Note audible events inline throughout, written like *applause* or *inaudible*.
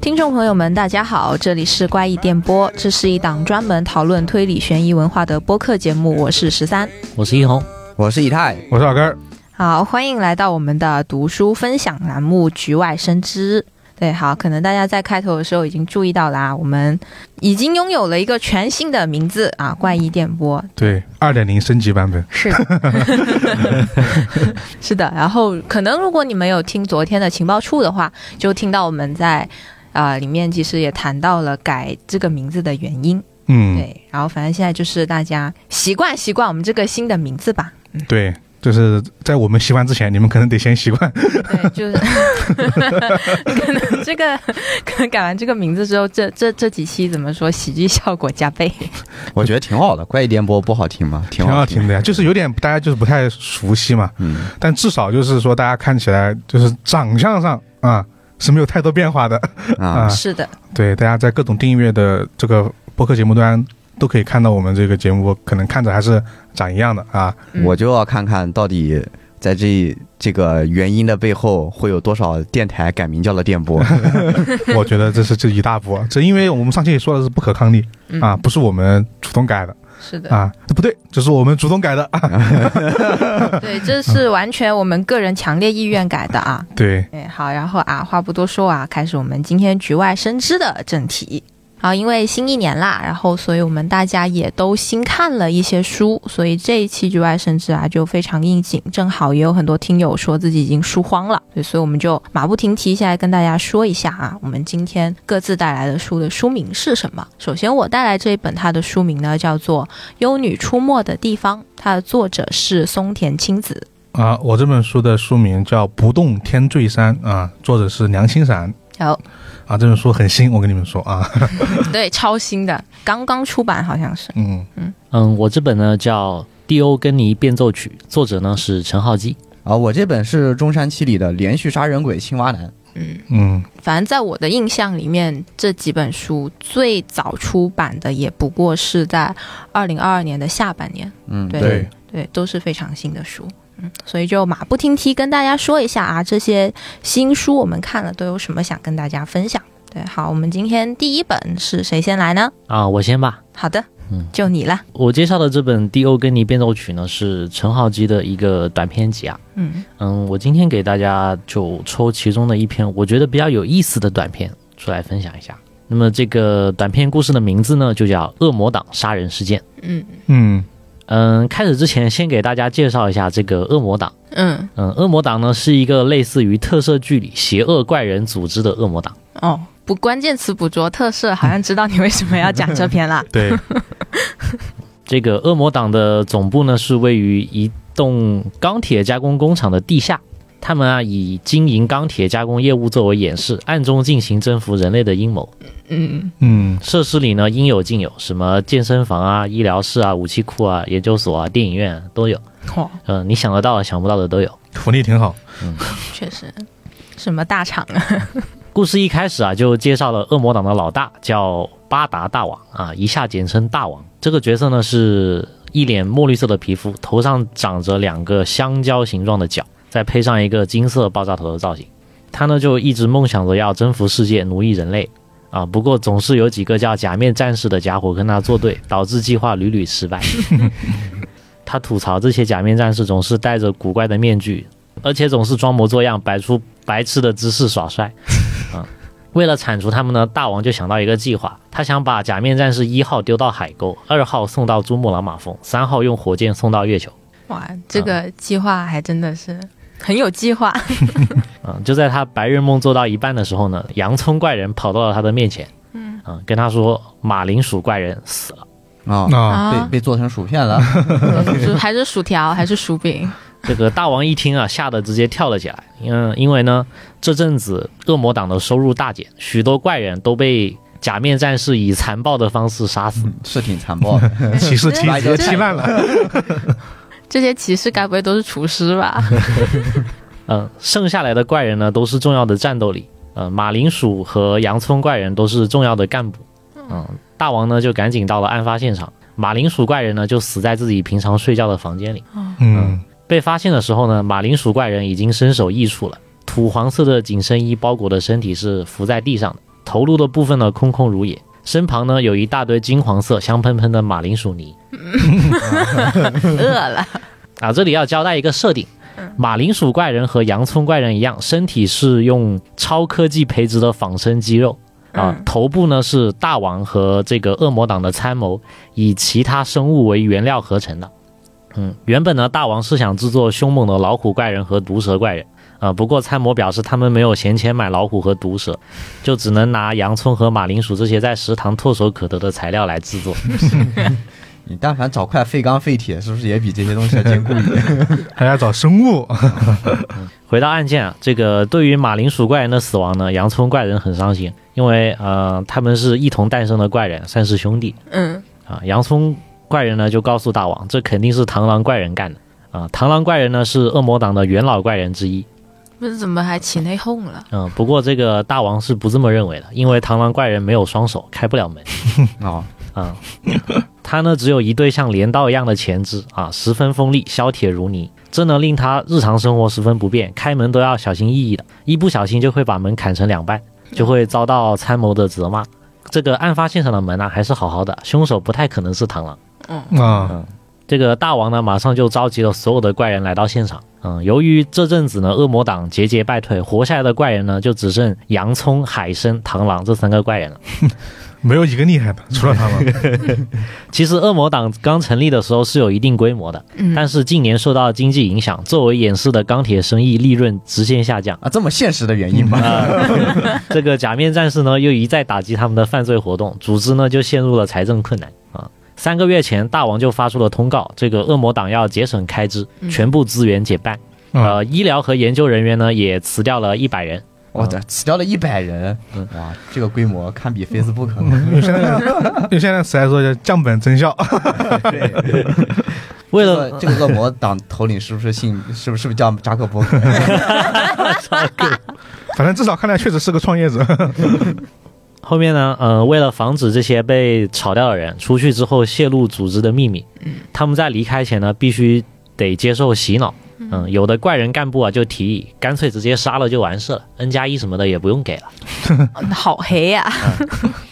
听众朋友们，大家好，这里是怪异电波，这是一档专门讨论推理悬疑文化的播客节目，我是十三。我是一红，我是以太，我是老根儿，好，欢迎来到我们的读书分享栏目《局外生枝》。对，好，可能大家在开头的时候已经注意到啦，我们已经拥有了一个全新的名字啊，怪异电波。对，二点零升级版本，是的，是的。然后，可能如果你们有听昨天的情报处的话，就听到我们在啊、呃里面其实也谈到了改这个名字的原因。嗯，对，然后反正现在就是大家习惯习惯我们这个新的名字 *laughs* 吧。对，就是在我们习惯之前，你们可能得先习惯，对，就是可能这个可能改完这个名字之后，这这这几期怎么说喜剧效果加倍？我觉得挺好的。怪异电波不好听吗？*laughs* 挺挺好听听的呀。就是有点大家就是不太熟悉嘛，嗯，但至少就是说大家看起来就是长相上啊是没有太多变化的。 *laughs* 啊，是的，对，大家在各种订阅的这个播客节目端都可以看到我们这个节目，可能看着还是长一样的 *laughs* 啊。嗯我就要看看到底在这这个原因的背后会有多少电台改名叫了电波。我觉得这是这一大波，这因为我们上期也说的是不可抗力嗯啊，，不是我们主动改的是的，啊，不对，这是我们主动改的啊。对，这是嗯完全我们个人强烈意愿改的啊。对，对，好，然后啊，话不多说啊，开始我们今天局外生枝的正题。好，因为新一年啦，然后所以我们大家也都新看了一些书，所以这一期局外生枝啊就非常应景，正好也有很多听友说自己已经书荒了，对，所以我们就马不停蹄下来跟大家说一下啊，我们今天各自带来的书的书名是什么。首先我带来这一本，它的书名呢叫做《幽女出没的地方》，它的作者是松田清子。啊，我这本书的书名叫《不动天坠山》啊，作者是梁心闪好，啊。这本书很新，我跟你们说啊，对，超新的，刚刚出版好像是。嗯，嗯，我这本呢叫《蒂欧根尼变奏曲》，作者呢是陈浩基。啊，我这本是中山七里的连续杀人鬼青蛙男。嗯，反正在我的印象里面，这几本书最早出版的也不过是在二零二二年的下半年，嗯，对对，对，都是非常新的书。嗯，所以就马不停蹄跟大家说一下啊，这些新书我们看了都有什么想跟大家分享。对，好，我们今天第一本是谁先来呢？啊，我先吧。好的，嗯，就你了。我介绍的这本《蒂欧根尼变奏曲》呢是陈浩基的一个短篇集啊。嗯嗯，我今天给大家就抽其中的一篇我觉得比较有意思的短片出来分享一下。那么这个短片故事的名字呢就叫《恶魔党杀人事件》。嗯嗯，。嗯，开始之前先给大家介绍一下这个恶魔党。嗯，嗯，恶魔党呢是一个类似于特摄剧里邪恶怪人组织的恶魔党。哦，不，关键词捕捉特色，好像知道你为什么要讲这篇啦 *laughs* 对，这个恶魔党的总部呢是位于一栋钢铁加工工厂的地下。他们啊以经营钢铁加工业务作为掩饰，暗中进行征服人类的阴谋。嗯嗯设施里呢应有尽有，什么健身房啊、医疗室啊、武器库啊、研究所啊、电影院、啊、都有。哦，嗯、你想得到的、想不到的都有。福利 *laughs* 挺好，确实，什么大厂啊？故事一开始啊，就介绍了恶魔党的老大叫巴达大王啊，一下简称大王。这个角色呢是一脸墨绿色的皮肤，头上长着两个香蕉形状的角，再配上一个金色爆炸头的造型。他呢就一直梦想着要征服世界，奴役人类啊。不过总是有几个叫假面战士的家伙跟他作对，导致计划屡屡失败。 *laughs* 他吐槽这些假面战士总是戴着古怪的面具，而且总是装模作样，摆出白痴的姿势耍帅。为了铲除他们呢，大王就想到一个计划，他想把假面战士一号丢到海沟，二号送到珠穆朗玛峰，三号用火箭送到月球。哇，这个计划还真的是很有计划。嗯，就在他白日梦做到一半的时候呢，洋葱怪人跑到了他的面前，嗯，跟他说马铃薯怪人死了。啊，啊，被被做成薯片了。薯 *laughs* 还是薯条还是薯饼？这个大王一听啊，吓得直接跳了起来。嗯，因为呢，这阵子恶魔党的收入大减，许多怪人都被假面战士以残暴的方式杀死。是挺残暴的，骑士踢把直这接踢烂了，这些骑士该不会都是厨师 *laughs* 吧？嗯，剩下来的怪人呢，都是重要的战斗力。呃，马铃薯和洋葱怪人都是重要的干部。嗯，大王呢就赶紧到了案发现场。马铃薯怪人呢就死在自己平常睡觉的房间里。嗯被发现的时候呢，马铃薯怪人已经身首异处了，土黄色的紧身衣包裹的身体是浮在地上的，头颅的部分呢空空如也，身旁呢有一大堆金黄色、香喷喷的马铃薯泥饿了，啊。这里要交代一个设定。马铃薯怪人和洋葱怪人一样，身体是用超科技培植的仿生肌肉啊，头部呢是大王和这个恶魔党的参谋以其他生物为原料合成的。嗯，原本呢，大王是想制作凶猛的老虎怪人和毒蛇怪人啊，不过参谋表示他们没有闲钱买老虎和毒蛇，就只能拿洋葱和马铃薯这些在食堂唾手可得的材料来制作。你但凡找块废钢废铁，是不是也比这些东西要坚固一点？还要找生物，回到案件啊，这个对于马铃薯怪人的死亡呢，洋葱怪人很伤心，因为呃，他们是一同诞生的怪人，算是兄弟嗯，啊。洋葱怪人呢就告诉大王，这肯定是螳螂怪人干的啊。螳螂怪人呢是恶魔党的元老怪人之一，不是怎么还起内讧了？嗯、不过这个大王是不这么认为的，因为螳螂怪人没有双手，开不了门。哦，啊、他呢只有一对像镰刀一样的前肢啊，十分锋利，削铁如泥，这呢令他日常生活十分不便，开门都要小心翼翼的，一不小心就会把门砍成两半，就会遭到参谋的责骂。这个案发现场的门呢、啊还是好好的，凶手不太可能是螳螂。啊，这个大王呢，马上就召集了所有的怪人来到现场。嗯，由于这阵子呢，恶魔党节节败退，活下来的怪人呢，就只剩洋葱、海参、螳螂这三个怪人了。没有一个厉害的，除了 *laughs* 他们。其实恶魔党刚成立的时候是有一定规模的，嗯但是近年受到经济影响，作为掩饰的钢铁生意利润直线下降 *laughs* 。啊，这么现实的原因吗？这个假面战士呢又一再打击他们的犯罪活动，组织呢就陷入了财政困难啊。三个月前，大王就发出了通告，这个恶魔党要节省开支，嗯全部资源减半。啊，呃，医疗和研究人员呢也辞掉了一百人。我的辞掉了一百人，哇，这个规模堪比 Facebook 因为现在，因为现在词来说叫降本增效， *laughs* 对，为这了个这个恶魔党头领是不是姓？是不是是不是叫扎克伯格？ *laughs* 反正至少看来确实是个创业 *laughs* 者。后面呢，呃，为了防止这些被炒掉的人出去之后泄露组织的秘密，他们在离开前呢，必须得接受洗脑。嗯，有的怪人干部啊就提议，干脆直接杀了就完事了，N 加一什么的也不用给了。嗯好黑呀、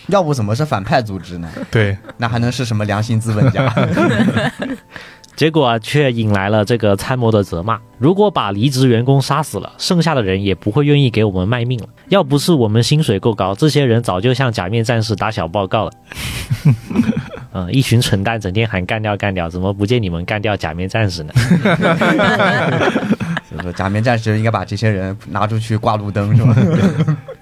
要不怎么是反派组织呢？对，那还能是什么良心资本家？ *laughs* 结果啊，却引来了这个参谋的责骂。如果把离职员工杀死了，剩下的人也不会愿意给我们卖命了。要不是我们薪水够高，这些人早就向假面战士打小报告了。嗯，一群蠢蛋，整天喊干掉干掉，怎么不见你们干掉假面战士呢？就是说假面战士应该把这些人拿出去挂路灯是吧？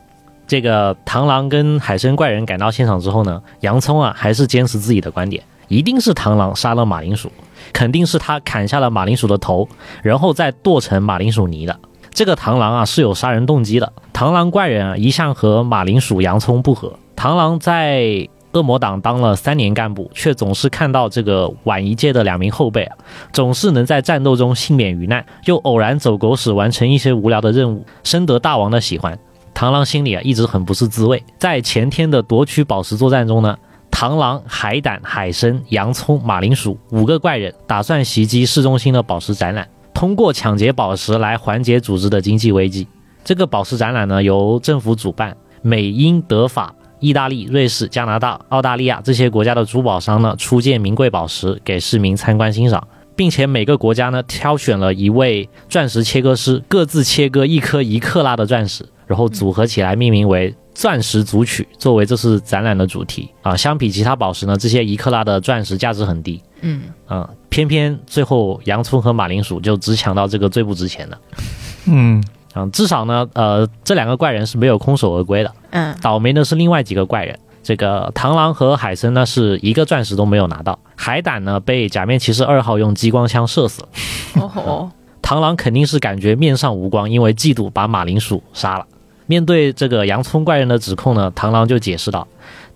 *laughs* 这个螳螂跟海参怪人赶到现场之后呢，洋葱啊还是坚持自己的观点，一定是螳螂杀了马铃薯，肯定是他砍下了马铃薯的头，然后再剁成马铃薯泥的。这个螳螂啊是有杀人动机的。螳螂怪人啊一向和马铃薯、洋葱不和，螳螂在恶魔党当了三年干部，却总是看到这个晚一届的两名后辈啊，总是能在战斗中幸免于难，又偶然走狗屎完成一些无聊的任务，深得大王的喜欢。螳螂心里啊一直很不是滋味。在前天的夺取宝石作战中呢，螳螂、海胆、海参、洋葱、马铃薯五个怪人打算袭击市中心的宝石展览，通过抢劫宝石来缓解组织的经济危机。这个宝石展览呢，由政府主办，美、英、德、法、意大利、瑞士、加拿大、澳大利亚这些国家的珠宝商呢，出借名贵宝石给市民参观欣赏。并且每个国家呢挑选了一位钻石切割师，各自切割一颗一克拉的钻石，然后组合起来命名为“钻石组曲”，作为这次展览的主题啊。相比其他宝石呢，这些一克拉的钻石价值很低。嗯啊，偏偏最后洋葱和马铃薯就只抢到这个最不值钱的嗯，啊。至少呢，呃，这两个怪人是没有空手而归的。嗯，倒霉的是另外几个怪人，这个螳螂和海参呢是一个钻石都没有拿到，海胆呢被假面骑士二号用激光枪射死了。哦吼，螳螂肯定是感觉面上无光，因为嫉妒把马铃薯杀了。面对这个洋葱怪人的指控呢，螳螂就解释道，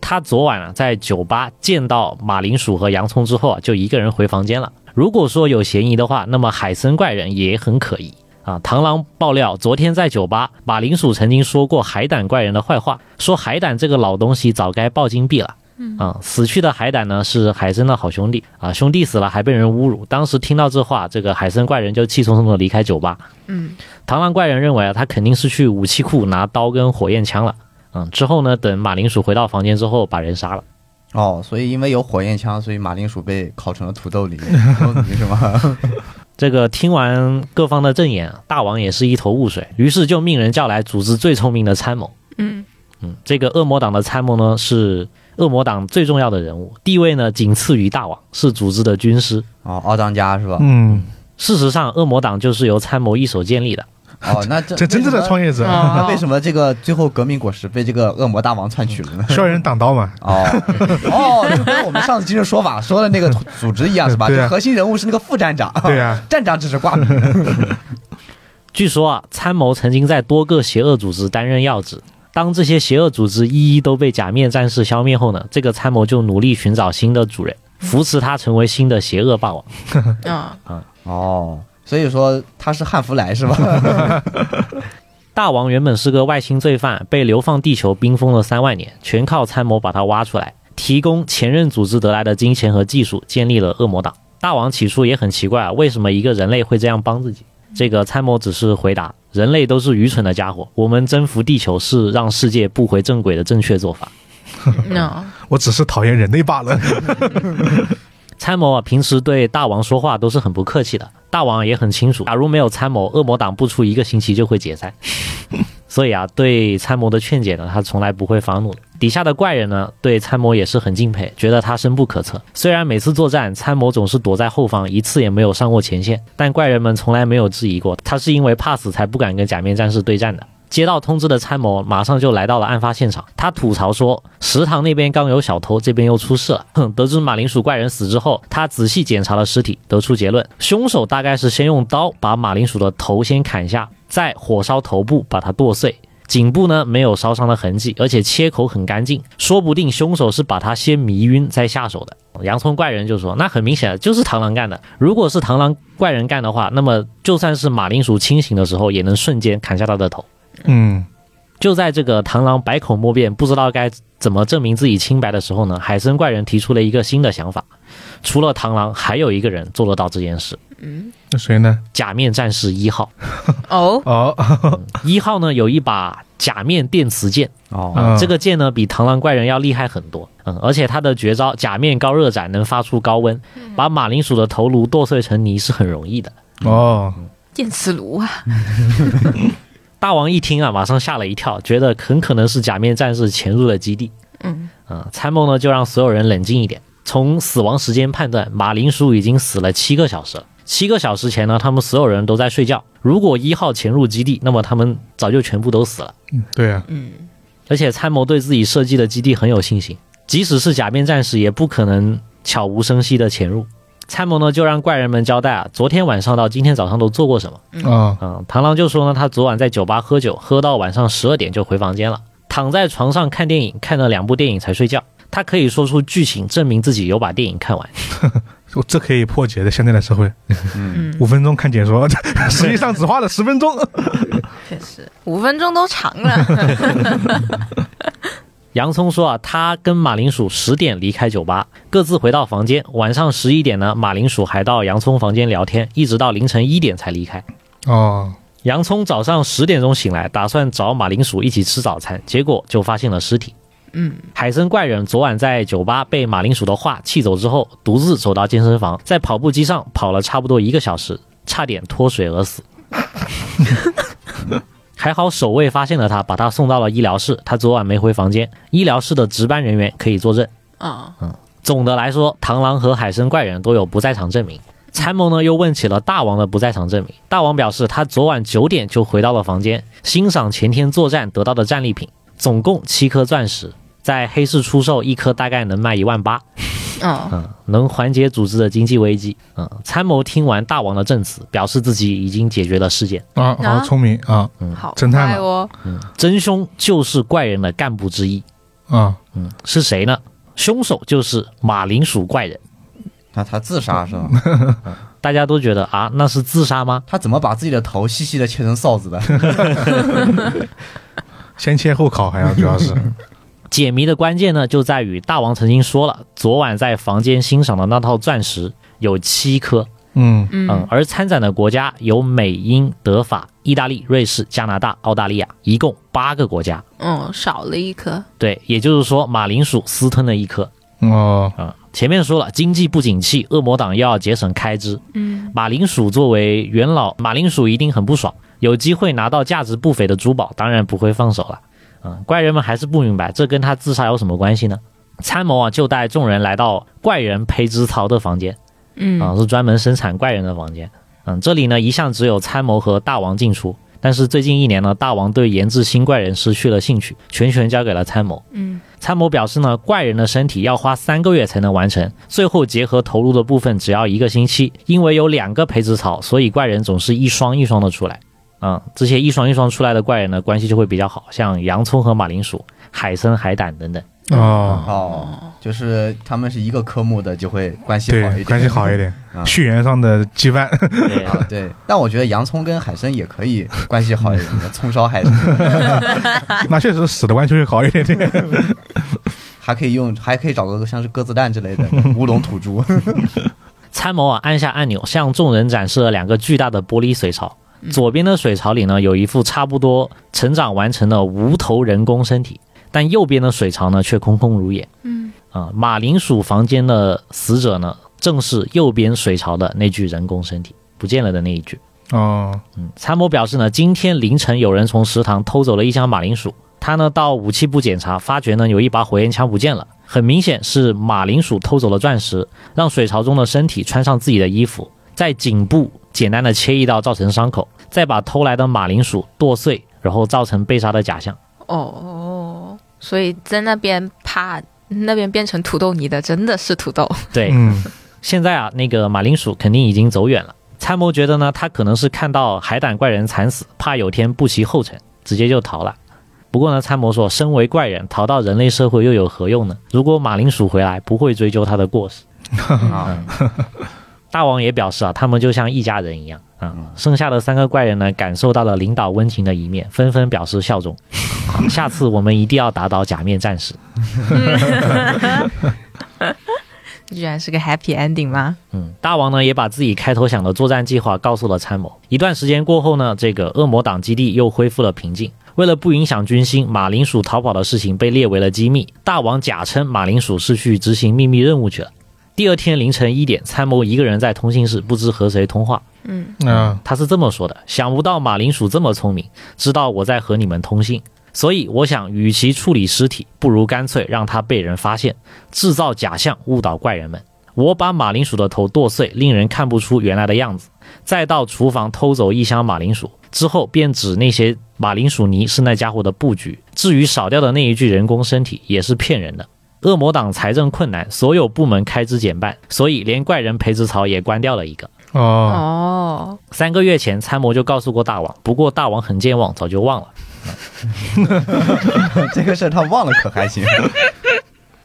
他昨晚啊在酒吧见到马铃薯和洋葱之后啊，就一个人回房间了。如果说有嫌疑的话，那么海参怪人也很可疑。啊，螳螂爆料，昨天在酒吧，马铃薯曾经说过海胆怪人的坏话，说海胆这个老东西早该报金币了。啊、死去的海胆呢是海参的好兄弟啊，兄弟死了还被人侮辱。当时听到这话，这个海参怪人就气冲冲的离开酒吧。嗯，螳螂怪人认为啊，他肯定是去武器库拿刀跟火焰枪了嗯，之后呢，等马铃薯回到房间之后，把人杀了。哦，所以因为有火焰枪，所以马铃薯被烤成了土豆泥，土豆泥是吗？这个听完各方的证言，大王也是一头雾水，于是就命人叫来组织最聪明的参谋。嗯，嗯，这个恶魔党的参谋呢是恶魔党最重要的人物，地位呢仅次于大王，是组织的军师。 *laughs* 哦，奥当家是吧？嗯，事实上，恶魔党就是由参谋一手建立的。哦，那嗯这这真正的创业。业者、啊那为么？什么这个最后革命果实被这个恶魔大王篡取了呢？需要人挡刀嘛？哦哦，就跟我们上次今日说法说的那个组织一样是吧？对啊就核心人物是那个副站长，嗯对啊，站长只是挂名。据说啊，参谋曾经在多个邪恶组织担任要职。当这些邪恶组织一一都被假面战士消灭后呢，这个参谋就努力寻找新的主人，扶持他成为新的邪恶霸王。嗯，哦，所以说他是汉弗莱是吧？ *laughs* 大王原本是个外星罪犯，被流放地球冰封了三万年，全靠参谋把他挖出来，提供前任组织得来的金钱和技术，建立了恶魔党。大王起初也很奇怪啊，为什么一个人类会这样帮自己？这个参谋只是回答：人类都是愚蠢的家伙，我们征服地球是让世界不回正轨的正确做法。那我只是讨厌人类罢了。 *laughs* 参谋啊，平时对大王说话都是很不客气的，大王也很清楚，假如没有参谋，恶魔党不出一个星期就会解散。所以啊，对参谋的劝解呢，他从来不会发怒的。底下的怪人呢，对参谋也是很敬佩，觉得他深不可测。虽然每次作战，参谋总是躲在后方，一次也没有上过前线，但怪人们从来没有质疑过他是因为怕死才不敢跟假面战士对战的。接到通知的参谋马上就来到了案发现场，他吐槽说：“食堂那边刚有小偷，这边又出事了。”哼，得知马铃薯怪人死之后，他仔细检查了尸体，得出结论：凶手大概是先用刀把马铃薯的头先砍下，再火烧头部把它剁碎。颈部呢没有烧伤的痕迹，而且切口很干净，说不定凶手是把他先迷晕再下手的。洋葱怪人就说：“那很明显就是螳螂干的。如果是螳螂怪人干的话，那么就算是马铃薯清醒的时候，也能瞬间砍下他的头。”嗯，就在这个螳螂百口莫辩，不知道该怎么证明自己清白的时候呢，海参怪人提出了一个新的想法：除了螳螂，还有一个人做得到这件事那谁呢——假面战士一号。哦，哦，一号呢有一把假面电磁剑，哦啊、嗯这个剑呢比螳螂怪人要厉害很多，嗯，而且它的绝招假面高热斩能发出高温，把马铃薯的头颅剁碎成泥是很容易的。哦，电磁炉啊，大王一听啊，马上吓了一跳，觉得很可能是假面战士潜入了基地。嗯，嗯，参谋呢就让所有人冷静一点。从死亡时间判断，马铃薯已经死了七个小时了。七个小时前呢，他们所有人都在睡觉。如果一号潜入基地，那么他们早就全部都死了。嗯对啊，而且参谋对自己设计的基地很有信心，即使是假面战士也不可能悄无声息的潜入。参谋呢就让怪人们交代啊，昨天晚上到今天早上都做过什么。哦，嗯，螳螂就说呢，他昨晚在酒吧喝酒，喝到晚上十二点就回房间了，躺在床上看电影，看了两部电影才睡觉。他可以说出剧情，证明自己有把电影看完。我这可以破解的，现在的社会，嗯五分钟看解 *laughs* 说，实际上只花了十分钟。确实，五分钟都长 *laughs* 了。洋葱说啊，他跟马铃薯十点离开酒吧，各自回到房间。晚上十一点呢，马铃薯还到洋葱房间聊天，一直到凌晨一点才离开。哦，洋葱早上十点钟醒来，打算找马铃薯一起吃早餐，结果就发现了尸体。嗯，海参怪人昨晚在酒吧被马铃薯的话气走之后，独自走到健身房，在跑步机上跑了差不多一个小时，差点脱水而死。 *laughs* 还好守卫发现了他，把他送到了医疗室。他昨晚没回房间，医疗室的值班人员可以作证。啊，总的来说，螳螂和海参怪人都有不在场证明。参谋呢又问起了大王的不在场证明。大王表示，他昨晚九点就回到了房间，欣赏前天作战得到的战利品，总共七颗钻石，在黑市出售一颗大概能卖一万八，哦，嗯，能缓解组织的经济危机。嗯，参谋听完大王的证词，表示自己已经解决了事件，啊，啊好聪明啊好侦探快嘛哦，真凶就是怪人的干部之一，啊！是谁呢？凶手就是马铃薯怪人。那他自杀是吧？大家都觉得啊，那是自杀吗？他怎么把自己的头细细的切成臊子的？先切后烤，还要主 *laughs* 要是解谜的关键呢，就在于大王曾经说了，昨晚在房间欣赏的那套钻石有七颗，嗯嗯，而参展的国家有美、英、德、法、意大利、瑞士、加拿大、澳大利亚，一共八个国家。嗯，少了一颗，对，也就是说，马铃薯私吞了一颗哦，啊、前面说了，经济不景气，恶魔党又要节省开支。嗯，马铃薯作为元老，马铃薯一定很不爽。有机会拿到价值不菲的珠宝，当然不会放手了。嗯，怪人们还是不明白，这跟他自杀有什么关系呢？参谋啊，就带众人来到怪人裴之曹的房间。嗯啊，是专门生产怪人的房间。嗯，这里呢一向只有参谋和大王进出，但是最近一年呢，大王对研制新怪人失去了兴趣，全权交给了参谋。嗯参谋表示呢，怪人的身体要花三个月才能完成，最后结合投入的部分只要一个星期。因为有两个培植草，所以怪人总是一双一双的出来。嗯，这些一双一双出来的怪人呢，关系就会比较好，像洋葱和马铃薯、海参、海胆等等。 *laughs* 哦，哦，就是他们是一个科目的，就会关系好一对，点，关系好一点 *laughs* 啊，血缘上的羁 *laughs* 绊，对啊。对，但我觉得洋葱跟海参也可以关系好一点，葱烧海参 *laughs* 那确实死的弯曲会好一点点。还可以用，还可以找个像是鸽子蛋之 *laughs* 类的乌龙土猪。参谋啊按下按钮，向众人展示了两个巨大的玻璃水槽。左边的水槽里呢，有一副差不多成长完成的无头人工身体，但右边的水槽呢却空空如也。嗯啊、马铃薯房间的死者呢，正是右边水槽的那具人工身体不见了的那一具。哦，嗯，参谋表示呢，今天凌晨有人从食堂偷走了一箱马铃薯，他呢到武器部检查，发觉呢有一把火焰枪不见了，很明显是马铃薯偷走了钻石，让水槽中的身体穿上自己的衣服，在颈部简单的切一刀造成伤口，再把偷来的马铃薯剁碎，然后造成被杀的假象。哦，所以在那边怕那边变成土豆泥的真的是土豆， *laughs* 对， *laughs* 嗯，现在啊，那个马铃薯肯定已经走远了。参谋觉得呢，他可能是看到海胆怪人惨死，怕有天不其后尘，直接就逃了。不过呢，参谋说，身为怪人，逃到人类社会又有何用呢？如果马铃薯回来，不会追究他的过失。啊，大王也表示啊，他们就像一家人一样啊。剩下的三个怪人呢，感受到了领导温情的一面，纷纷表示效忠。啊下次我们一定要打倒假面战士。居然是个 happy ending 吗？嗯，大王呢也把自己开头想的作战计划告诉了参谋。一段时间过后呢，这个恶魔党基地又恢复了平静。为了不影响军心，马铃薯逃跑的事情被列为了机密。大王假称马铃薯是去执行秘密任务去了。第二天凌晨一点，参谋一个人在通信室不知和谁通话，啊，他是这么说的：“想不到马铃薯这么聪明，知道我在和你们通信，所以我想，与其处理尸体，不如干脆让它被人发现，制造假象，误导怪人们。我把马铃薯的头剁碎，令人看不出原来的样子，再到厨房偷走一箱马铃薯，之后便指那些马铃薯泥是那家伙的布局。至于少掉的那一具人工身体，也是骗人的。”恶魔党财政困难，所有部门开支减半，所以连怪人培植槽也关掉了一个。哦，哦，三个月前，参谋就告诉过大王，不过大王很健忘，早就忘了。这个事儿他忘了可 *laughs* 还行。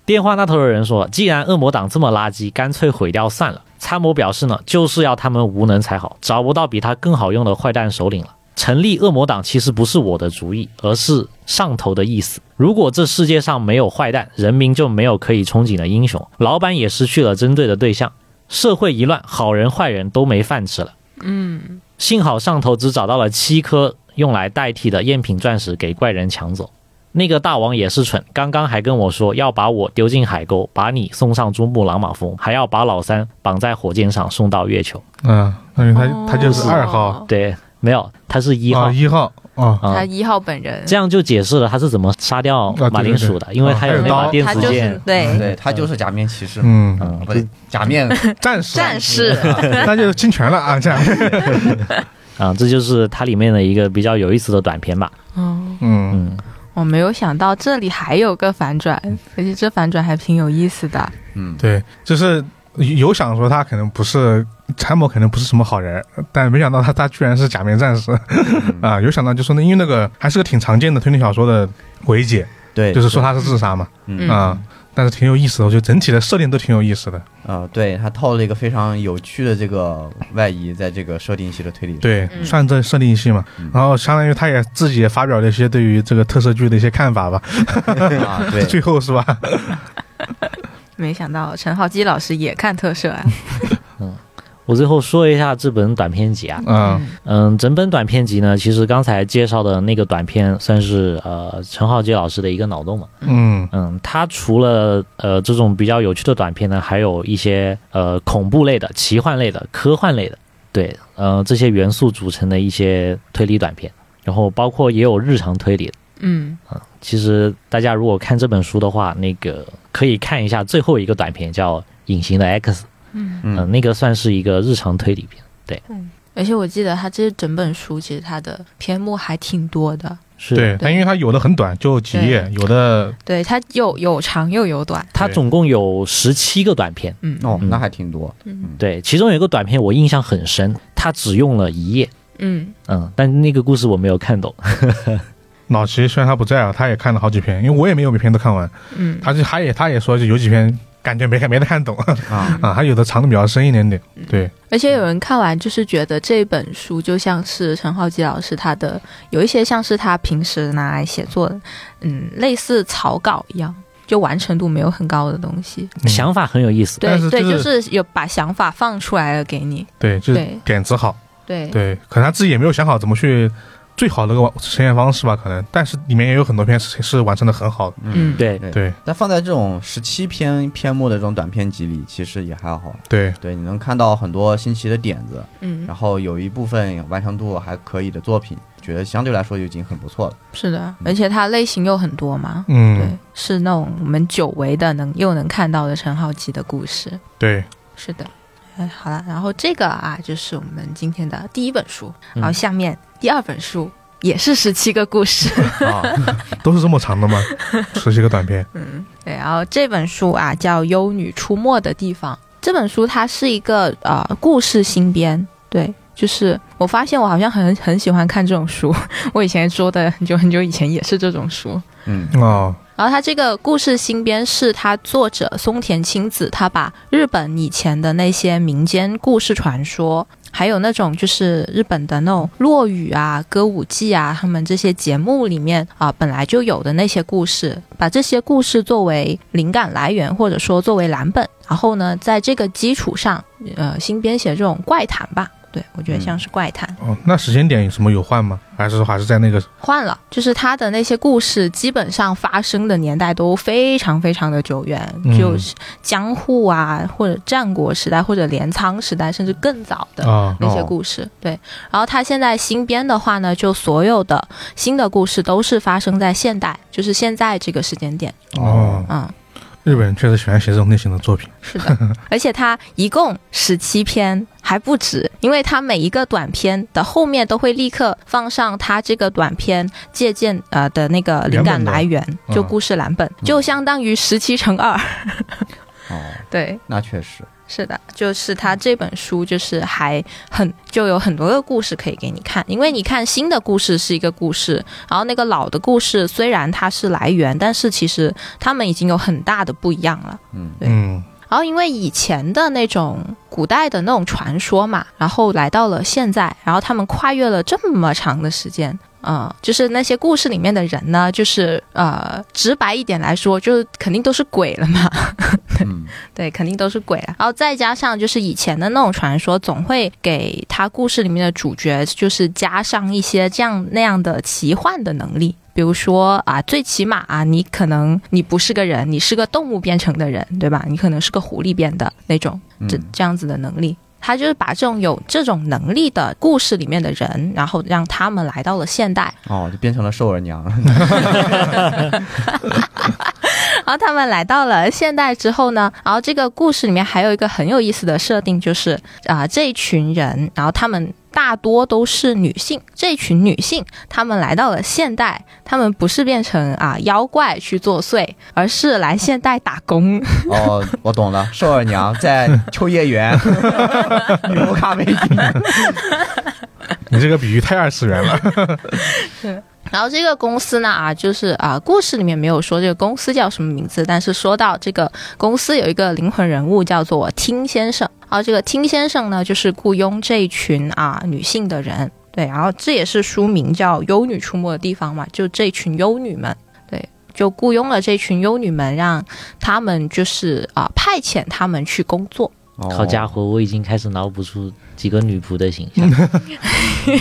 电话那头的人说：“既然恶魔党这么垃圾，干脆毁掉算了。”参谋表示呢，就是要他们无能才好，找不到比他更好用的坏蛋首领了。成立恶魔党其实不是我的主意，而是上头的意思。如果这世界上没有坏蛋，人民就没有可以憧憬的英雄，老板也失去了针对的对象，社会一乱，好人坏人都没饭吃了。嗯，幸好上头只找到了七颗用来代替的赝品钻石给怪人抢走。那个大王也是蠢，刚刚还跟我说要把我丢进海沟，把你送上珠穆朗玛峰，还要把老三绑在火箭上送到月球。嗯，那他他就是二号，哦，对，没有，他是一号啊，一号，哦，啊他。一号本人，这样就解释了他是怎么杀掉啊对马铃薯的，因为啊他还有那把刀哦电他子就是剑。对对他就是假面骑士嘛，嗯，嗯，不对，*laughs* 假面战士，战士，那就侵权了啊， *laughs* 这样，啊，这就是它里面的一个比较有意思的短片吧。嗯，嗯，嗯， *laughs* 我没有想到这里还有个反转，而且这反转还挺有意思的。嗯，对，就是有想说他可能不是参谋，可能不是什么好人，但没想到他他居然是假面战士， *laughs* 啊，有想到就说那因为那个还是个挺常见的推理小说的鬼解，对，就是说他是自杀嘛，嗯啊，但是挺有意思的，我觉得整体的设定都挺有意思的，啊，对他套了一个非常有趣的这个外衣，在这个设定系的推理上。对，嗯算这设定系嘛，然后相当于他也自己也发表了一些对于这个特色剧的一些看法吧，啊， *laughs* 对，最后是吧？没想到陈浩基老师也看特摄啊，我最后说一下这本短篇集啊， *laughs* 嗯嗯，整本短篇集呢，其实刚才介绍的那个短篇算是呃陈浩杰老师的一个脑洞嘛。嗯嗯，他除了呃这种比较有趣的短片呢，还有一些呃恐怖类的、奇幻类的、科幻类的，对，呃这些元素组成的一些推理短片，然后包括也有日常推理。 *laughs* 嗯，其实大家如果看这本书的话，那个可以看一下最后一个短片叫《隐形的 X》，嗯嗯、嗯那个算是一个日常推理片。而且我记得他这整本书其实它的篇目还挺多的，是对，但因为它有的很短，就几页，有的对，它有有长又有短，它总共有十七个短片，嗯哦，嗯那还挺多。嗯对，其中有一个短片我印象很深，它只用了一页，嗯，嗯，但那个故事我没有看懂。老齐虽然他不在啊，他也看了好几篇，因为我也没有每篇都看完，嗯，他就他也他也说就有几篇感觉没看没太看懂啊 *laughs* 啊，他有的藏的比较深一点点，对，而且有人看完就是觉得这本书就像是陈浩基老师他的有一些像是他平时拿来写作的，嗯，类似草稿一样，就完成度没有很高的东西。嗯想法很有意思。对但是对，就就是是有把想法放出来了给你。对，就是对点子好，对对，可能他自己也没有想好怎么去最好的一个实验方式吧，可能，但是里面也有很多篇是是完成的很好的，嗯，对，对但放在这种十七篇篇目的这种短篇集里，其实也还好。对，对，你能看到很多新奇的点子，嗯然，后有一部分完成度还可以的作品，觉得相对来说就已经很不错了。是的，而且它类型又很多嘛。嗯对，是那种我们久违的能又能看到的陈浩基的故事。对，是的，哎，好了，然后这个啊，就是我们今天的第一本书，嗯然后下面第二本书也是十七个故事，啊，都是这么长的吗？十几个短片，对，然后这本书啊叫《幽女出没的地方》，这本书它是一个呃故事新编，对。就是我发现我好像很很喜欢看这种书， *laughs* 我以前说的很久很久以前也是这种书，嗯哦，然后他这个故事新编是他作者松田清子，他把日本以前的那些民间故事传说，还有那种就是日本的那种落语啊、歌舞伎啊，他们这些节目里面啊、本来就有的那些故事，把这些故事作为灵感来源，或者说作为蓝本，然后呢，在这个基础上，呃，新编写这种怪谈吧。对，我觉得像是怪谈。哦，那时间点有什么有换吗？还是说还是在那个换了，就是他的那些故事，基本上发生的年代都非常非常的久远，嗯就是江户啊，或者战国时代，或者镰仓时代，甚至更早的。啊？那些故事，对，然后他现在新编的话呢，就所有的新的故事都是发生在现代，就是现在这个时间点，哦，嗯，日本人确实喜欢写这种类型的作品。是 *laughs* 的，而且它一共十七篇还不止，因为它每一个短篇的后面都会立刻放上它这个短篇借鉴呃的那个灵感来源，的就故事蓝本，就相当于十七乘二。哦， *laughs* 对，那确实，是的，就是它这本书就是还很就有很多个故事可以给你看，因为你看新的故事是一个故事，然后那个老的故事虽然它是来源，但是其实他们已经有很大的不一样了。嗯对嗯，然后因为以前的那种古代的那种传说嘛，然后来到了现在，然后他们跨越了这么长的时间。嗯，就是那些故事里面的人呢，就是呃，直白一点来说，就是肯定都是鬼了嘛，嗯对，肯定都是鬼啊了。然后再加上就是以前的那种传说，总会给他故事里面的主角就是加上一些这样那样的奇幻的能力。比如说啊，最起码啊，你可能你不是个人，你是个动物变成的人，对吧？你可能是个狐狸变的那种，这嗯这样子的能力。他就是把这种有这种能力的故事里面的人，然后让他们来到了现代，哦，就变成了兽人娘了。 *laughs* 然后他们来到了现代之后呢，然后这个故事里面还有一个很有意思的设定，就是啊、这一群人，然后他们大多都是女性，这一群女性，她们来到了现代，她们不是变成啊、妖怪去作祟，而是来现代打工。哦，我懂了，兽二娘在秋叶原女仆咖啡厅。你这个比喻太二次元了。然后这个公司呢啊，就是啊，故事里面没有说这个公司叫什么名字，但是说到这个公司有一个灵魂人物叫做听先生，然后这个听先生呢，就是雇佣这一群啊女性的人，对，然后这也是书名叫《幽女出没的地方》嘛，就这群幽女们，对，就雇佣了这群幽女们，让他们就是啊派遣他们去工作。哦好家伙，我已经开始脑补出几个女仆的形象。嗯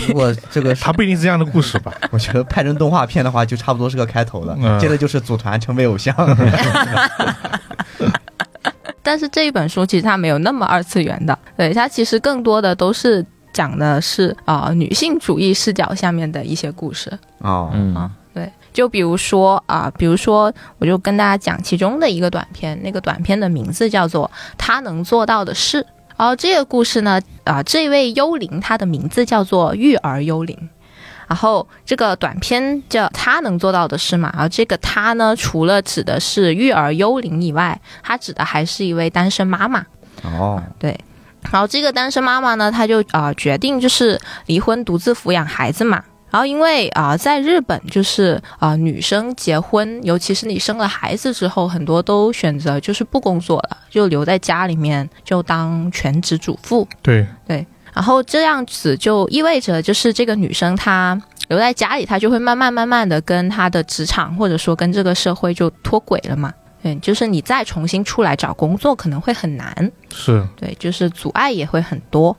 如果这个它不一定是这样的故事 *laughs* 吧？我觉得拍成动画片的话，就差不多是个开头了。嗯接着就是组团成为偶像，但是这一本书其实它没有那么二次元的，对它其实更多的都是讲的是啊、呃女性主义视角下面的一些故事。哦，嗯，对，就比如说啊、比如说，我就跟大家讲其中的一个短片，那个短片的名字叫做《他能做到的事》。然后这个故事呢，啊、这位幽灵他的名字叫做育儿幽灵。然后这个短片叫他能做到的事嘛，然啊后这个他呢，除了指的是育儿幽灵以外，他指的还是一位单身妈妈。哦，然后这个单身妈妈呢，她就啊、呃决定就是离婚，独自抚养孩子嘛。然后因为啊、呃在日本就是啊、呃女生结婚，尤其是你生了孩子之后，很多都选择就是不工作了，就留在家里面就当全职主妇。对，然后这样子就意味着，就是这个女生她留在家里，她就会慢慢慢慢的跟她的职场或者说跟这个社会就脱轨了嘛。嗯，就是你再重新出来找工作可能会很难。是对，就是阻碍也会很多。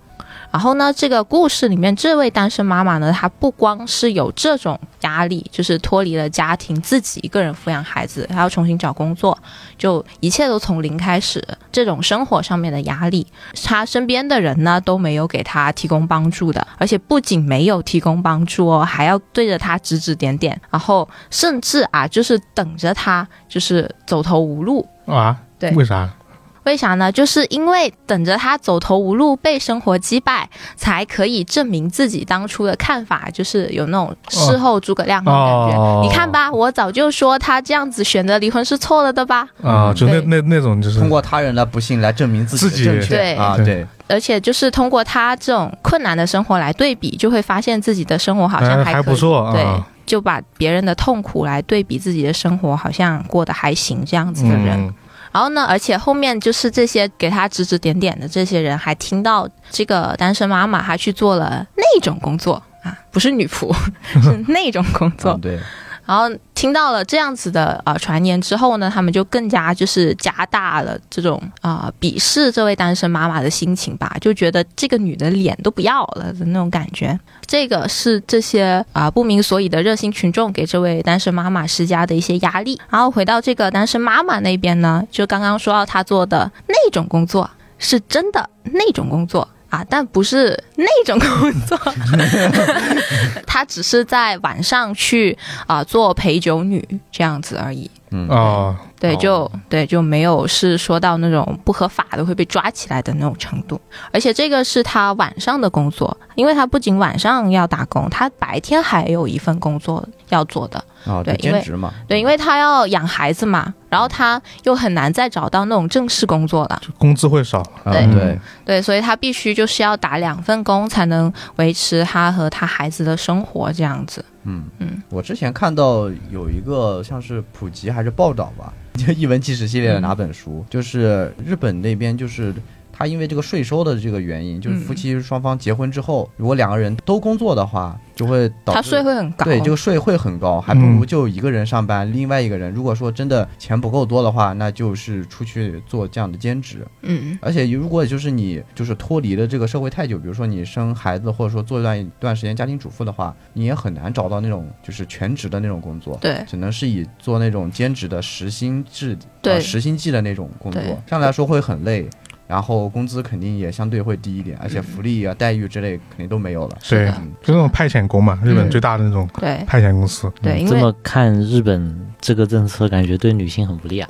然后呢，这个故事里面这位单身妈妈呢，她不光是有这种压力，就是脱离了家庭，自己一个人抚养孩子，还要重新找工作，就一切都从零开始，这种生活上面的压力，她身边的人呢都没有给她提供帮助的，而且不仅没有提供帮助哦，还要对着她指指点点，然后甚至啊，就是等着她就是走投无路，啊，对为啥？为啥呢？就是因为等着他走投无路，被生活击败，才可以证明自己当初的看法，就是有那种事后诸葛亮那啊种感觉。哦你看吧，我早就说他这样子选择离婚是错了的吧。啊，就那对那那种就是通过他人的不幸来证明自自己己的正确对啊，对对，而且就是通过他这种困难的生活来对比，就会发现自己的生活好像还哎可以。还不错啊，对，就把别人的痛苦来对比自己的生活，好像过得还行这样子的人。嗯，然后呢，而且后面就是这些给他指指点点的这些人，还听到这个单身妈妈还去做了那种工作啊，不是女仆， *laughs* 是那种工嗯作。对，然后听到了这样子的呃传言之后呢，他们就更加就是加大了这种啊、呃鄙视这位单身妈妈的心情吧，就觉得这个女的脸都不要了的那种感觉。这个是这些啊、不明所以的热心群众给这位单身妈妈施加的一些压力。然后回到这个单身妈妈那边呢，就刚刚说到她做的那种工作是真的那种工作。啊，但不是那种工作， *laughs* 她只是在晚上去啊、做陪酒女这样子而已。嗯，哦，对，哦就对，就没有是说到那种不合法的会被抓起来的那种程度。而且这个是他晚上的工作，因为他不仅晚上要打工，他白天还有一份工作要做的。哦，对对，因为兼职嘛，对，因为他要养孩子嘛，然后他又很难再找到那种正式工作了。就工资会少，啊对对，对，所以他必须就是要打两份工才能维持他和他孩子的生活这样子。我之前看到有一个像是普及还是报道吧， *laughs* 就一文纪实系列的哪本书，嗯就是日本那边就是。他因为这个税收的这个原因，嗯就是夫妻双方结婚之后，如果两个人都工作的话，就会导致他税会很高。对，这个税会很高，还不如就一个人上班，另外一个人如果说真的钱不够多的话，那就是出去做这样的兼职。嗯而且如果就是你就是脱离了这个社会太久，比如说你生孩子或者说做一段一段时间家庭主妇的话，你也很难找到那种就是全职的那种工作。对只能是以做那种兼职的时薪制、对呃、时薪制的那种工作对，这样来说会很累，然后工资肯定也相对会低一点，而且福利啊、待遇之类肯定都没有了。对的，嗯，就那种派遣工嘛，日本嗯最大的那种对派遣公司，对，因这为么看日本这个政策，感觉对女性很不利啊。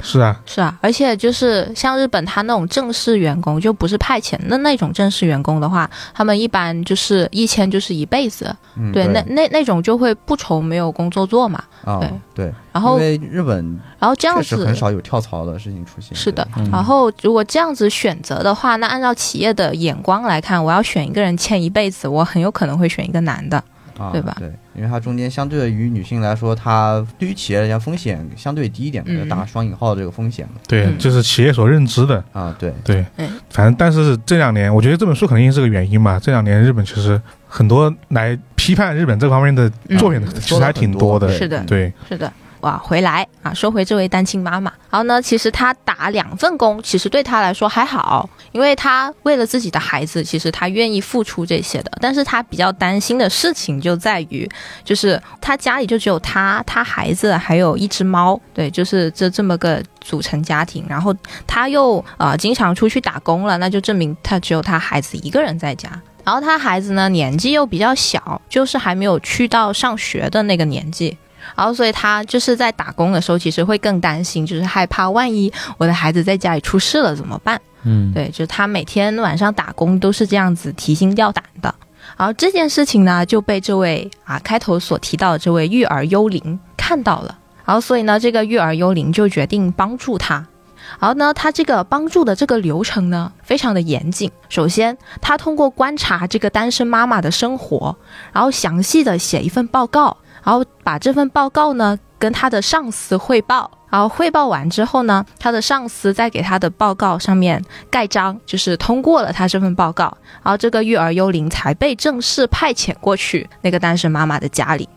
是啊，是啊，而且就是像日本，他那种正式员工，就不是派遣的那种正式员工的话，他们一般就是一签就是一辈子，嗯对，对那那那种就会不愁没有工作做嘛。啊、对对，然后因，为日本然后这样确实子很少有跳槽的事情出现。是的对，，嗯然后如果这样子选择的话，那按照企业的眼光来看，我要选一个人签一辈子，我很有可能会选一个男的。啊，对吧对，因为它中间相对于女性来说，它对于企业来讲风险相对低一点，嗯打双引号的这个风险嘛。对，嗯这是企业所认知的，啊，对，对嗯，反正但是这两年，我觉得这本书肯定是个原因嘛。这两年日本其实很多来批判日本这方面的嗯作品，其实还挺多的。嗯是的对，是的，啊回来啊，说回这位单亲妈妈。然后呢，其实她打两份工，其实对她来说还好，因为她为了自己的孩子，其实她愿意付出这些的。但是她比较担心的事情就在于，就是她家里就只有她、她孩子还有一只猫，对，就是这这么个组成家庭。然后她又呃经常出去打工了，那就证明她只有她孩子一个人在家。然后他孩子呢年纪又比较小，就是还没有去到上学的那个年纪，然后所以他就是在打工的时候，其实会更担心，就是害怕万一我的孩子在家里出事了怎么办？嗯，对，就是他每天晚上打工都是这样子提心吊胆的。然后这件事情呢就被这位啊开头所提到的这位育儿幽灵看到了，然后所以呢这个育儿幽灵就决定帮助他。然后呢，他这个帮助的这个流程呢，非常的严谨。首先，他通过观察这个单身妈妈的生活，然后详细的写一份报告，然后把这份报告呢跟他的上司汇报。然后汇报完之后呢，他的上司再给他的报告上面盖章，就是通过了他这份报告。然后这个育儿幽灵才被正式派遣过去那个单身妈妈的家里。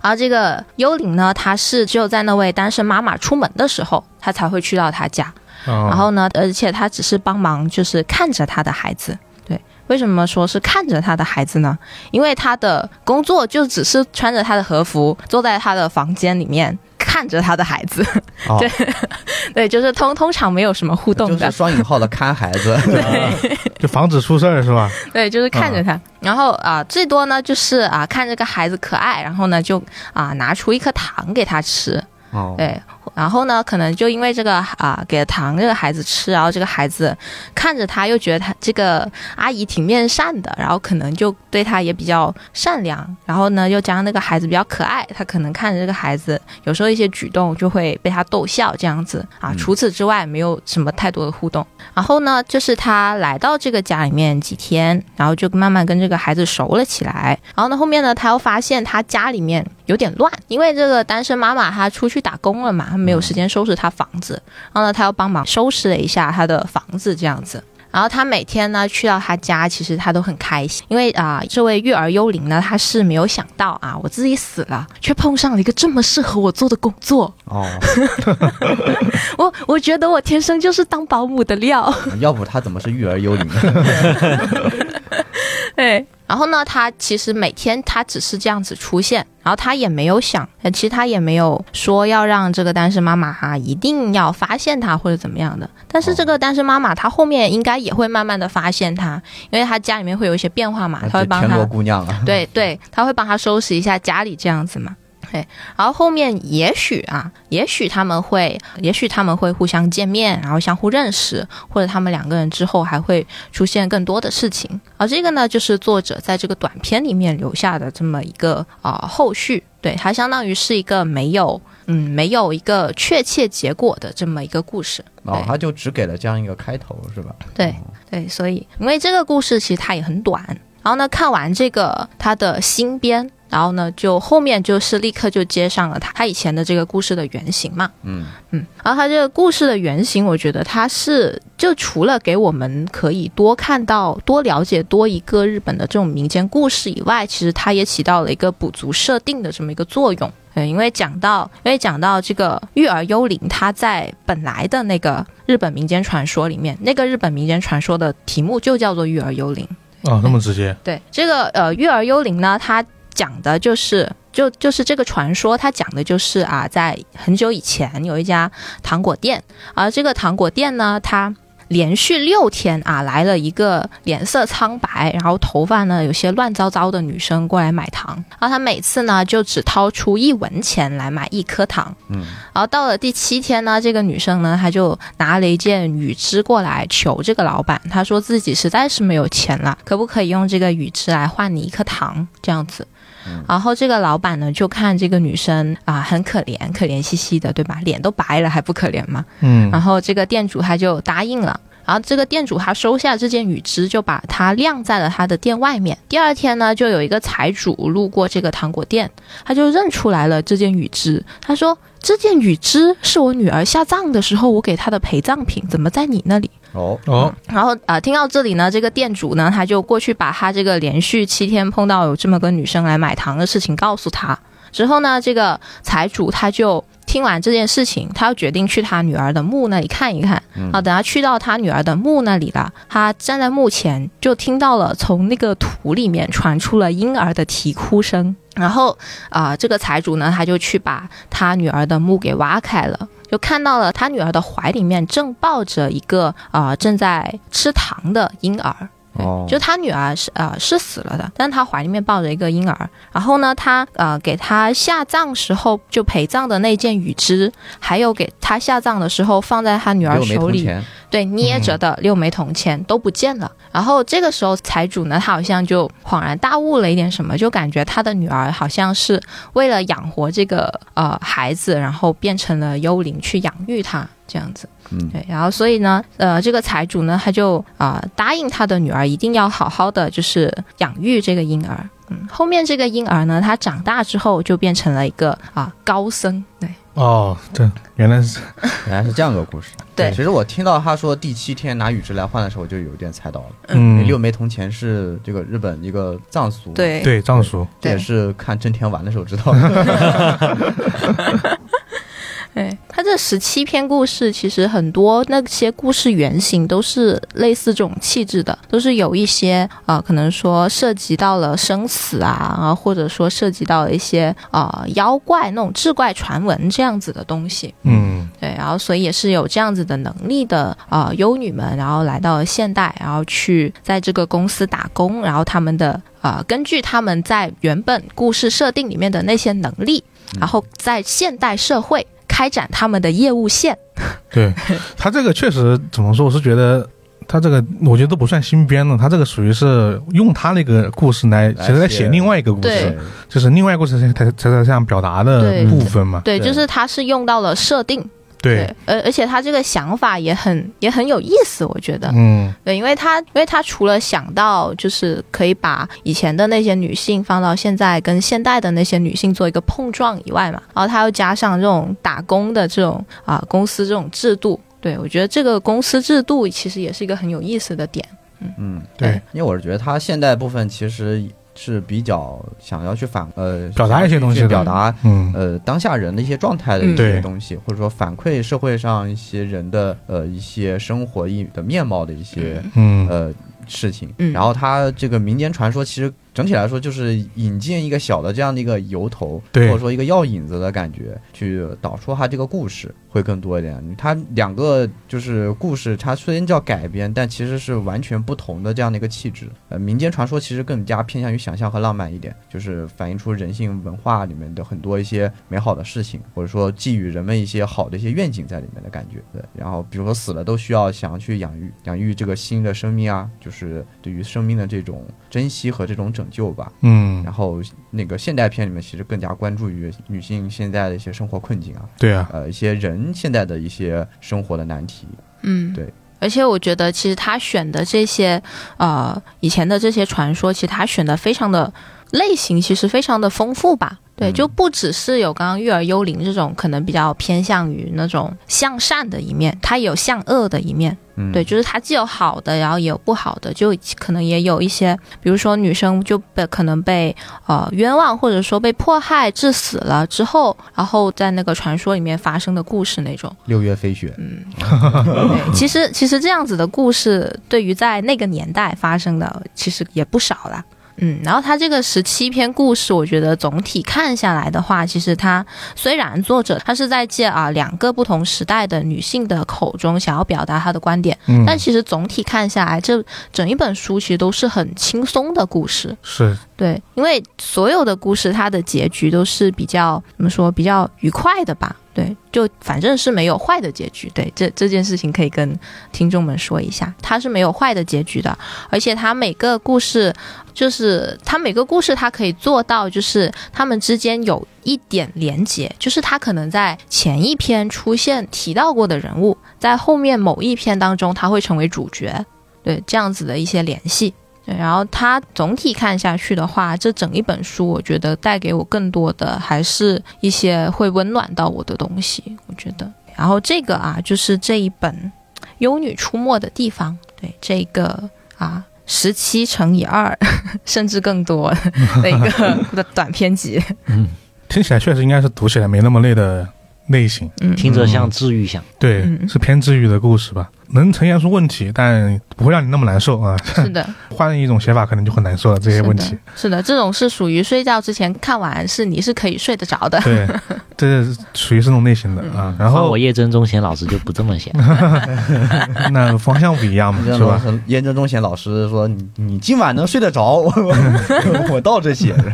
而这个幽灵呢，他是只有在那位单身妈妈出门的时候，他才会去到她家。然哦然后呢，而且他只是帮忙，就是看着他的孩子。对，为什么说是看着他的孩子呢？因为他的工作就只是穿着他的和服，坐在他的房间里面看着他的孩子。 *laughs* 哦对，对，就是通通常没有什么互动就的是，双引号的看孩 *laughs* 子，就防止出事儿是吧？对，就是看嗯着他。然后啊、最多呢就是啊、看这个孩子可爱，然后呢就啊、拿出一颗糖给他吃。哦，对，然后呢，可能就因为这个啊、给糖这个孩子吃，然后这个孩子看着他又觉得他这个阿姨挺面善的，然后可能就对他也比较善良，然后呢，又加上那个孩子比较可爱，他可能看着这个孩子有时候一些举动就会被他逗笑这样子啊。嗯除此之外，没有什么太多的互动。然后呢，就是他来到这个家里面几天，然后就慢慢跟这个孩子熟了起来。然后呢，后面呢，他又发现他家里面有点乱，因为这个单身妈妈她出去打工了嘛，她没有时间收拾她房子。然后呢，他又帮忙收拾了一下他的房子，这样子。然后他每天呢去到他家，其实他都很开心，因为啊、这位育儿幽灵呢，他是没有想到啊，我自己死了，却碰上了一个这么适合我做的工作，哦，我我觉得我天生就是当保姆的料。要不他怎么是育儿幽灵？对。然后呢，他其实每天他只是这样子出现，然后他也没有想，呃其实他也没有说要让这个单身妈妈哈、一定要发现他或者怎么样的。但是这个单身妈妈她后面应该也会慢慢的发现他，因为他家里面会有一些变化嘛， *laughs* 他会这帮田他螺姑娘啊， *laughs* 对对，他会帮他收拾一下家里这样子嘛。对，然后后面也许啊，也许他们会，也许他们会互相见面，然后相互认识，或者他们两个人之后还会出现更多的事情。而这个呢，就是作者在这个短片里面留下的这么一个啊、呃后续，对，它相当于是一个没有嗯没有一个确切结果的这么一个故事。哦对，他就只给了这样一个开头，是吧？对对，所以因为这个故事其实它也很短，然后呢，看完这个它的新编，然后呢，就后面就是立刻就接上了它它以前的这个故事的原型嘛，嗯，嗯，然后它这个故事的原型，我觉得它是就除了给我们可以多看到、多了解多一个日本的这种民间故事以外，其实它也起到了一个补足设定的这么一个作用。对，因为讲到，因为讲到这个育儿幽灵，它在本来的那个日本民间传说里面，那个日本民间传说的题目就叫做育儿幽灵。哦，那么直接，对，这个呃育儿幽灵呢，它讲的就是就就是这个传说，它讲的就是啊，在很久以前有一家糖果店，而这个糖果店呢，它。连续六天啊，来了一个脸色苍白，然后头发呢有些乱糟糟的女生过来买糖，然后她每次呢就只掏出一文钱来买一颗糖，嗯，然后到了第七天呢，这个女生呢她就拿了一件羽织过来求这个老板，她说自己实在是没有钱了，可不可以用这个羽织来换你一颗糖这样子？然后这个老板呢，就看这个女生啊、很可怜，可怜兮兮的，对吧？脸都白了，还不可怜吗？嗯然后这个店主他就答应了。然后这个店主他收下这件羽织，就把它晾在了他的店外面。第二天呢，就有一个财主路过这个糖果店，他就认出来了这件羽织。他说：“这件羽织是我女儿下葬的时候我给她的陪葬品，怎么在你那里？”哦，哦，然后呃，听到这里呢，这个店主呢，他就过去把他这个连续七天碰到有这么个女生来买糖的事情告诉他。之后呢，这个财主他就听完这件事情，他又决定去他女儿的墓那里看一看。嗯啊，等他去到他女儿的墓那里了，他站在墓前就听到了从那个土里面传出了婴儿的啼哭声。然后啊、这个财主呢，他就去把他女儿的墓给挖开了。就看到了他女儿的怀里面正抱着一个啊、正在吃糖的婴儿，对哦就他女儿是呃是死了的，但是他怀里面抱着一个婴儿。然后呢，他呃给他下葬时候就陪葬的那件羽织，还有给他下葬的时候放在他女儿没有没手铜里钱，对捏着的六枚铜钱、都不见了。然后这个时候，财主呢，他好像就恍然大悟了一点什么，就感觉他的女儿好像是为了养活这个呃孩子，然后变成了幽灵去养育他这样子。嗯对，然后所以呢，呃，这个财主呢，他就啊、呃答应他的女儿一定要好好的就是养育这个婴儿。嗯，后面这个婴儿呢，他长大之后就变成了一个啊、高僧，对，哦，对，原来是原来是这样个故事。对其实我听到他说第七天拿羽枝来换的时候，我就有点猜到了。因为嗯，六枚铜钱是这个日本一个藏俗嘛，对对藏书，这也对是看真田丸的时候知 *laughs* 道的。对他这十七篇故事，其实很多那些故事原型都是类似这种气质的，都是有一些啊、呃可能说涉及到了生死啊，啊或者说涉及到了一些啊、呃妖怪那种志怪传闻这样子的东西。嗯，对，然后所以也是有这样子的能力的啊、呃幽女们，然后来到了现代，然后去在这个公司打工，然后他们的呃根据他们在原本故事设定里面的那些能力，然后在现代社会开展他们的业务线。对他这个确实怎么说，我是觉得。他这个我觉得都不算新编了，他这个属于是用他那个故事来，其来实在写写另外一个故对事，就是另外一个故事才才才才这样表达对的部分嘛。对，对就是它是用到了设定，对，，而而且他这个想法也很也很有意思，我觉得，嗯，对，因为他因为他除了想到就是可以把以前的那些女性放到现在跟现代的那些女性做一个碰撞以外嘛，然后他又加上这种打工的这种啊、公司这种制度，对我觉得这个公司制度其实也是一个很有意思的点。嗯，对，因为我是觉得他现代部分其实是比较想要去反呃表达一些东西去的表达嗯，呃当下人的一些状态的一嗯些对东西，或者说反馈社会上一些人的呃一些生活一的面貌的一些、嗯，呃事情。嗯然后他这个民间传说，其实整体来说就是引进一个小的这样的一个由头，对或者说一个药引子的感觉，去导出他这个故事会更多一点。他两个就是故事，它虽然叫改编，但其实是完全不同的这样的一个气质。呃，民间传说其实更加偏向于想象和浪漫一点，就是反映出人性文化里面的很多一些美好的事情，或者说寄予人们一些好的一些愿景在里面的感觉。对，然后比如说死了都需要想要去养育养育这个新的生命啊，就是对于生命的这种珍惜和这种拯救吧。嗯然，后那个现代片里面其实更加关注于女性现在的一些生活困境啊，对啊，呃，一些人现在的一些生活的难题。嗯，对。而且我觉得，其实他选的这些，呃，以前的这些传说，其实他选的非常的类型，其实非常的丰富吧。对，嗯就不只是有刚刚育儿幽灵这种，可能比较偏向于那种向善的一面，它也有向恶的一面。嗯，对，就是它既有好的，然后也有不好的，就可能也有一些，比如说女生就被可能被呃冤枉，或者说被迫害致死了之后，然后在那个传说里面发生的故事那种。六月飞雪，对，其实其实这样子的故事，对于在那个年代发生的，其实也不少啦。嗯，然后他这个十七篇故事，我觉得总体看下来的话，其实他虽然作者他是在借啊两个不同时代的女性的口中想要表达他的观点，嗯，但其实总体看下来，这整一本书其实都是很轻松的故事。是，对，因为所有的故事它的结局都是比较怎么说，比较愉快的吧？对，就反正是没有坏的结局。对，这这件事情可以跟听众们说一下，它是没有坏的结局的，而且它每个故事就是它每个故事它可以做到，就是它们之间有一点连结，就是它可能在前一篇出现提到过的人物，在后面某一篇当中，他会成为主角。对，这样子的一些联系。对，然后它总体看下去的话，这整一本书，我觉得带给我更多的还是一些会温暖到我的东西，我觉得。然后这个啊，就是这一本《幽女出没的地方》，对这个啊，十七乘以二， *laughs* 甚至更多 *laughs* 的一个的短篇集。听起来确实应该是读起来没那么累的类型，嗯，听着像治愈像。对，嗯是偏治愈的故事吧，能呈现出问题，但不会让你那么难受啊。是的，换一种写法，可能就很难受了 *laughs* 这些问是题的。，是的，这种是属于睡觉之前看完，是你是可以睡得着的。嗯对， *laughs* 这是属于是这种类型的啊。然换后我叶真中贤老师就不这么 *laughs* 写，那方向不一样 *laughs* 嘛，你知是道吧？吗？燕正中贤老师说：“你你今晚能睡得着？ *laughs* 我我我倒着写。 *laughs*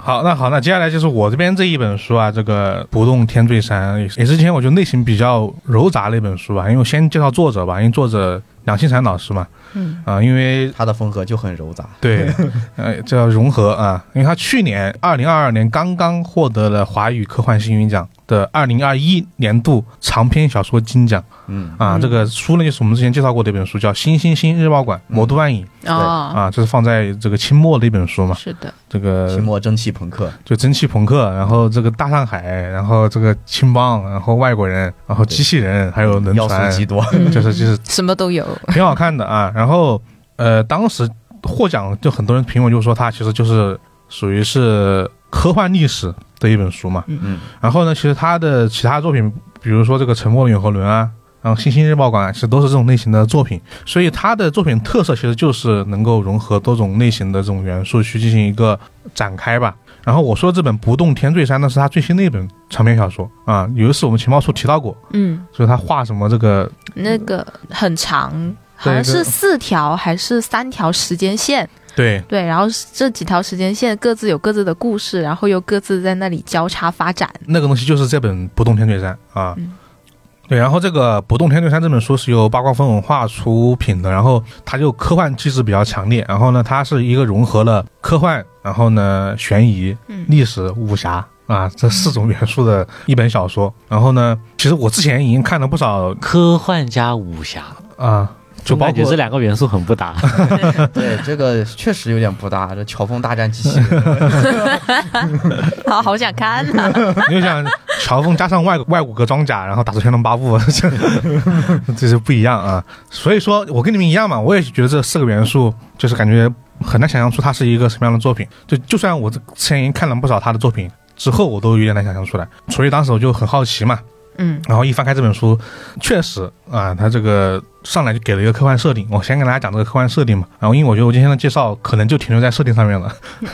好，那好，那接下来就是我这边这一本书啊，这个《不动天罪山》也是也是之前我觉得类型比较柔杂的一本书吧，因为我先介绍作者吧，因为作者梁庆禅老师嘛，嗯啊、因为”他的风格就很柔杂。 *laughs* 对，呃，叫融合啊，因为他去年二零二二年刚刚获得了华语科幻星云奖的二零二一年度长篇小说金奖嗯，啊，嗯这个书呢就是我们之前介绍过的一本书，叫《新星星日报馆魔嗯都暗影》哦，啊，这是放在这个清末的一本书嘛，是的，这个清末蒸汽朋克，就蒸汽朋克，然后这个大上海，然后这个青帮，然后外国人，然后机器人，还有轮要船素， *laughs* 极多。嗯 *laughs* 就是就是什么都有。 *laughs* 挺好看的啊。然后呃，当时获奖就很多人评论就说它其实就是属于是科幻历史的一本书嘛。嗯，然后呢，其实他的其他作品，比如说这个《沉默的永和轮》啊。然后《星星日报馆》啊，其实都是这种类型的作品，所以他的作品特色其实就是能够融合多种类型的这种元素去进行一个展开吧。然后我说这本《不动天罪山》呢，是他最新的一本长篇小说啊。有一次我们情报处提到过，嗯，就是他画什么这个那个很长，好像对是这四条还是三条时间线。对对，然后这几条时间线各自有各自的故事，然后又各自在那里交叉发展。那个东西就是这本《不动天罪山》啊。嗯对，然后这个《不动天罪山》这本书是由八卦风文化出品的，然后它就科幻气质比较强烈，然后呢，它是一个融合了科幻，然后呢悬疑、嗯历史、武侠啊这四种元素的一本小说。然后呢，其实我之前已经看了不少科幻加武侠，啊，就包感觉括这两个元素很不 *laughs* 搭。对，这个确实有点不搭。这乔峰大战机器人，好好想看啊！你就想乔峰加上外外骨骼装甲，然后打出天龙八部， *laughs* 这这就不一样啊。所以说我跟你们一样嘛，我也觉得这四个元素就是感觉很难想象出它是一个什么样的作品。就就算我之前已经看了不少他的作品。之后我都有点难想象出来，所以当时我就很好奇嘛，嗯然后一翻开这本书，确实啊，他这个上来就给了一个科幻设定。我先跟大家讲这个科幻设定嘛，然后因为我觉得我今天的介绍可能就停留在设定上面了，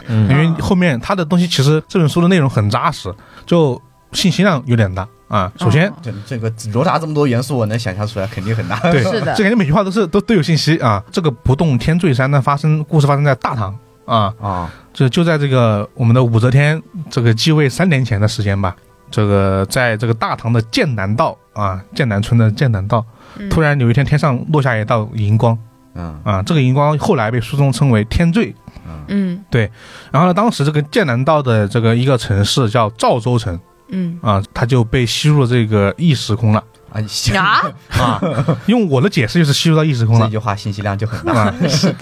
嗯因为后面他的东西其实这本书的内容很扎实，就信息量有点大啊。首先，哦这这个柔杂这么多元素，我能想象出来，肯定很大。对，是的呃这感觉每句话都是都都有信息啊。这个不动天罪山呢，发生故事发生在大唐啊，啊，这就在这个我们的武则天这个继位三年前的时间吧。这个在这个大唐的剑南道啊，剑南村的剑南道，嗯突然有一天天上落下一道银光嗯啊，这个银光后来被书中称为天罪，嗯然后呢，当时这个剑南道的这个一个城市叫赵州城嗯啊，它就被吸入了这个异时空了 *laughs* 啊，你想啊，啊。用我的解释就是吸入到异时空这了句话信息量就很大。啊。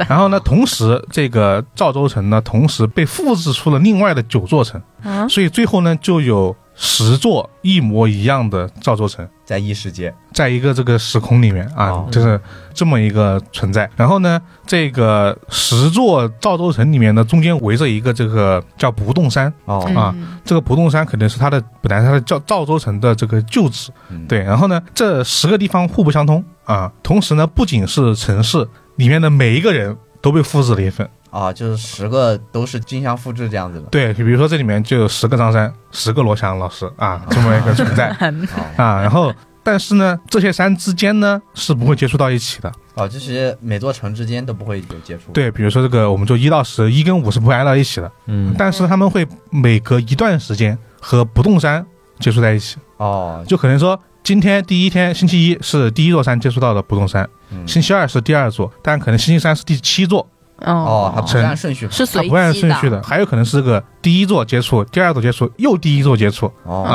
然后呢，同时这个赵州城呢，同时被复制出了另外的九座城，嗯所以最后呢，就有十座一模一样的赵州城。在异世界，在一个这个时空里面啊，哦就是这么一个存在。然后呢，这个十座赵州城里面呢，中间围着一个这个叫不动山，哦嗯啊这个不动山肯定是它的本来是它的赵赵州城的这个旧址，嗯对。然后呢，这十个地方互不相通啊，同时呢，不仅是城市里面的每一个人都被复制了一份，啊，就是十个都是竞相复制这样子的。对。比如说这里面就有十个张三，十个罗翔老师啊，这么一个存在哦啊。然后，但是呢，这些山之间呢是不会接触到一起的，哦，就是每座城之间都不会有接触。，对。比如说这个，我们就一到十，一跟五是不会挨到一起的，嗯，但是他们会每隔一段时间和不动山接触在一起。哦，就可能说，今天第一天，星期一是第一座山接触到的不动山，嗯星期二是第二座，但可能星期三是第七座，哦，它哦不是按顺序是它随不按机顺序的，还有可能是这个第一座接触，第二座接触，又第一座接触，哦，啊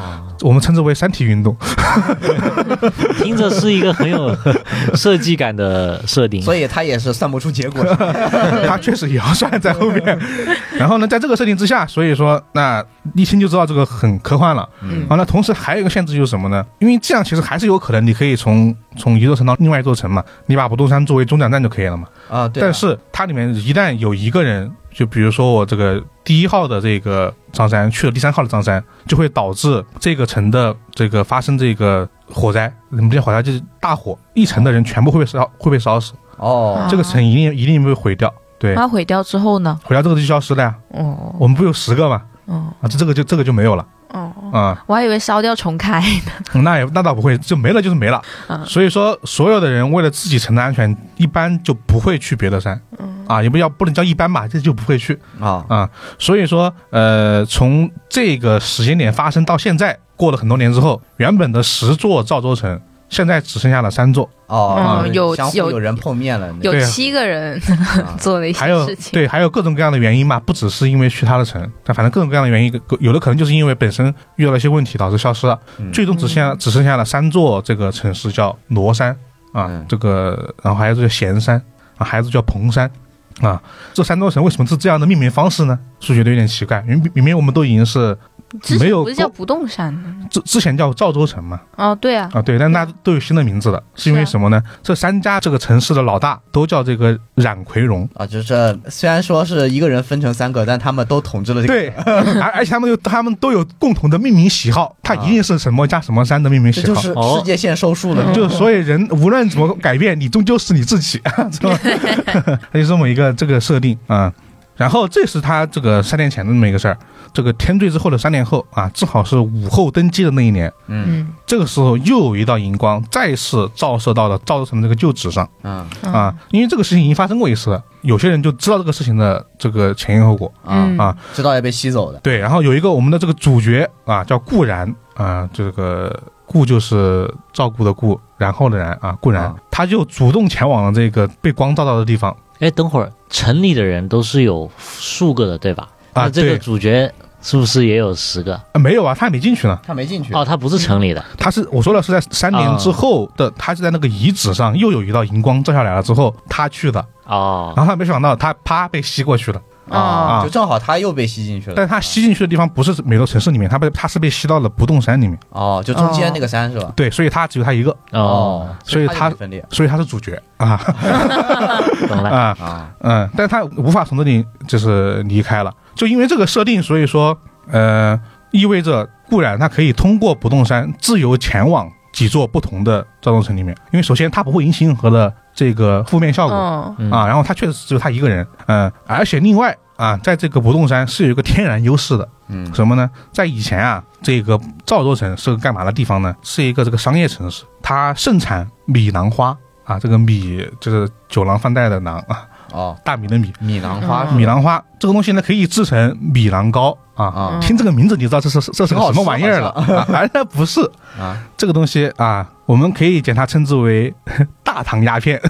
哦我们称之为山体运动。听着是一个很有设计感的设定。所以它也是算不出结果。 *laughs* 它确实也要算在后面。然后呢，在这个设定之下，所以说那一听就知道这个很科幻了。嗯完了，同时还有一个限制就是什么呢？因为这样其实还是有可能，你可以从从一座城到另外一座城嘛，你把不动山作为终点站就可以了嘛。啊，对啊，但是它里面一旦有一个人就比如说我这个第一号的这个张三去了第三号的张三，就会导致这个城的这个发生这个火灾，我们叫火灾就是大火，一城的人全部会被烧会被烧死，哦啊这个城一定一定被毁掉。对，它毁掉之后呢？毁掉这个就消失了呀。哦我们不有十个嘛？哦啊，这这个就这个就没有了哦，啊、我还以为烧掉重开呢。那也那倒不会，就没了就是没了。嗯所以说，所有的人为了自己城的安全，一般就不会去别的山，啊，也不要不能叫一般吧，这就不会去。啊啊，所以说，呃，从这个时间点发生到现在，过了很多年之后，原本的十座赵州城，现在只剩下了三座，哦，嗯有相互有有人碰面了，那有对啊七个人 *laughs* 啊做了一还些有事情，对，还有各种各样的原因嘛，不只是因为去他的城，但反正各种各样的原因，有的可能就是因为本身遇到了一些问题导致消失了，嗯最终只剩下只剩下了三座这个城市叫罗山啊，嗯这个然后还有一个叫咸山啊，还有一个叫彭山。啊，这三座城为什么是这样的命名方式呢？是觉得有点奇怪，明明明我们都已经是之前没有不是叫不动山吗？之之前叫赵州城嘛，哦，对啊，啊，对，但大家都有新的名字了，是因为是啊什么呢？这三家这个城市的老大都叫这个冉奎荣，啊，就是虽然说是一个人分成三个，但他们都统治了这个。对，而而且他们有他们都有共同的命名喜好，它一定是什么加什么山的命名这喜就好。嗯是哦世界线收束了。啊就所以人无论怎么改变，你终究是你自己，啊是 *laughs* 吧？它就这么一个这个设定啊、然后这是他这个三年前的那么一个事儿，这个天罪之后的三年后啊，正好是武后登基的那一年，嗯嗯这个时候又有一道银光再次照射到了赵州城的这个旧址上。嗯啊，因为这个事情已经发生过一次了，有些人就知道这个事情的这个前因后果。啊，嗯啊知道要被吸走的。对，然后有一个我们的这个主角啊，叫顾然啊，这个顾就是照顾的顾，然后的然啊，顾然啊，他就主动前往了这个被光照到的地方哎，等会儿城里的人都是有数个的，对吧？啊，那这个对，主角是不是也有十个？啊没有啊，他还没进去呢，他没进去哦，他不是城里的，他是我说了是在三年之后的，他是在那个遗址上又有一道银光照下来了之后，他去的，哦然后他没想到他啪被吸过去了，啊啊就正好他又被吸进去了。但是他吸进去的地方不是美洲城市里面，他被他是被吸到了不动山里面，哦，就中间那个山是吧？对，所以他只有他一个。哦，所以他他就分裂所以他是主角啊懂了。啊啊，嗯，但是他无法从这里就是离开了，就因为这个设定，所以说呃，意味着固然他可以通过不动山自由前往几座不同的赵州城里面，因为首先它不会引起任何的这个负面效果、嗯嗯啊，然后他确实只有他一个人，嗯，而且另外啊，在这个不动山是有一个天然优势的，嗯什么呢？在以前啊，这个赵州城是个干嘛的地方呢？是一个这个商业城市，它盛产米囊花啊，这个米就是酒囊饭袋的囊啊，哦，大米的米，米囊花嗯米囊花这个东西呢可以制成米囊糕啊。啊听这个名字你就知道这是这是个什么玩意儿了，啊 *laughs* 而它不是啊，这个东西啊，我们可以将它称之为 *laughs* 大糖鸦片、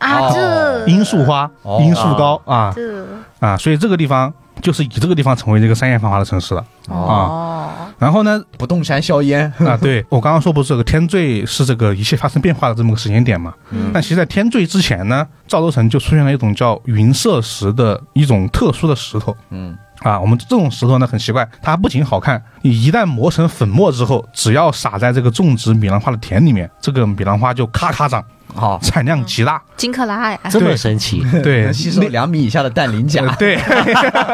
啊，哦这罂粟花、哦罂粟膏啊这啊，所以这个地方就是以这个地方成为这个商业繁华的城市了。啊哦然后呢，不动山 *laughs* 硝烟。啊，对我刚刚说不是这个天罪是这个一切发生变化的这么个时间点嘛？嗯但其实，在天罪之前呢，赵州城就出现了一种叫云色石的一种特殊的石头嗯啊。我们这种石头呢很奇怪，它不仅好看，你一旦磨成粉末之后，只要撒在这个种植米兰花的田里面，这个米兰花就咔咔长，好，产量极 *laughs* 大。金克拉呀，这么神奇，对，吸收两米以下的氮磷钾那。呃 *laughs* 对，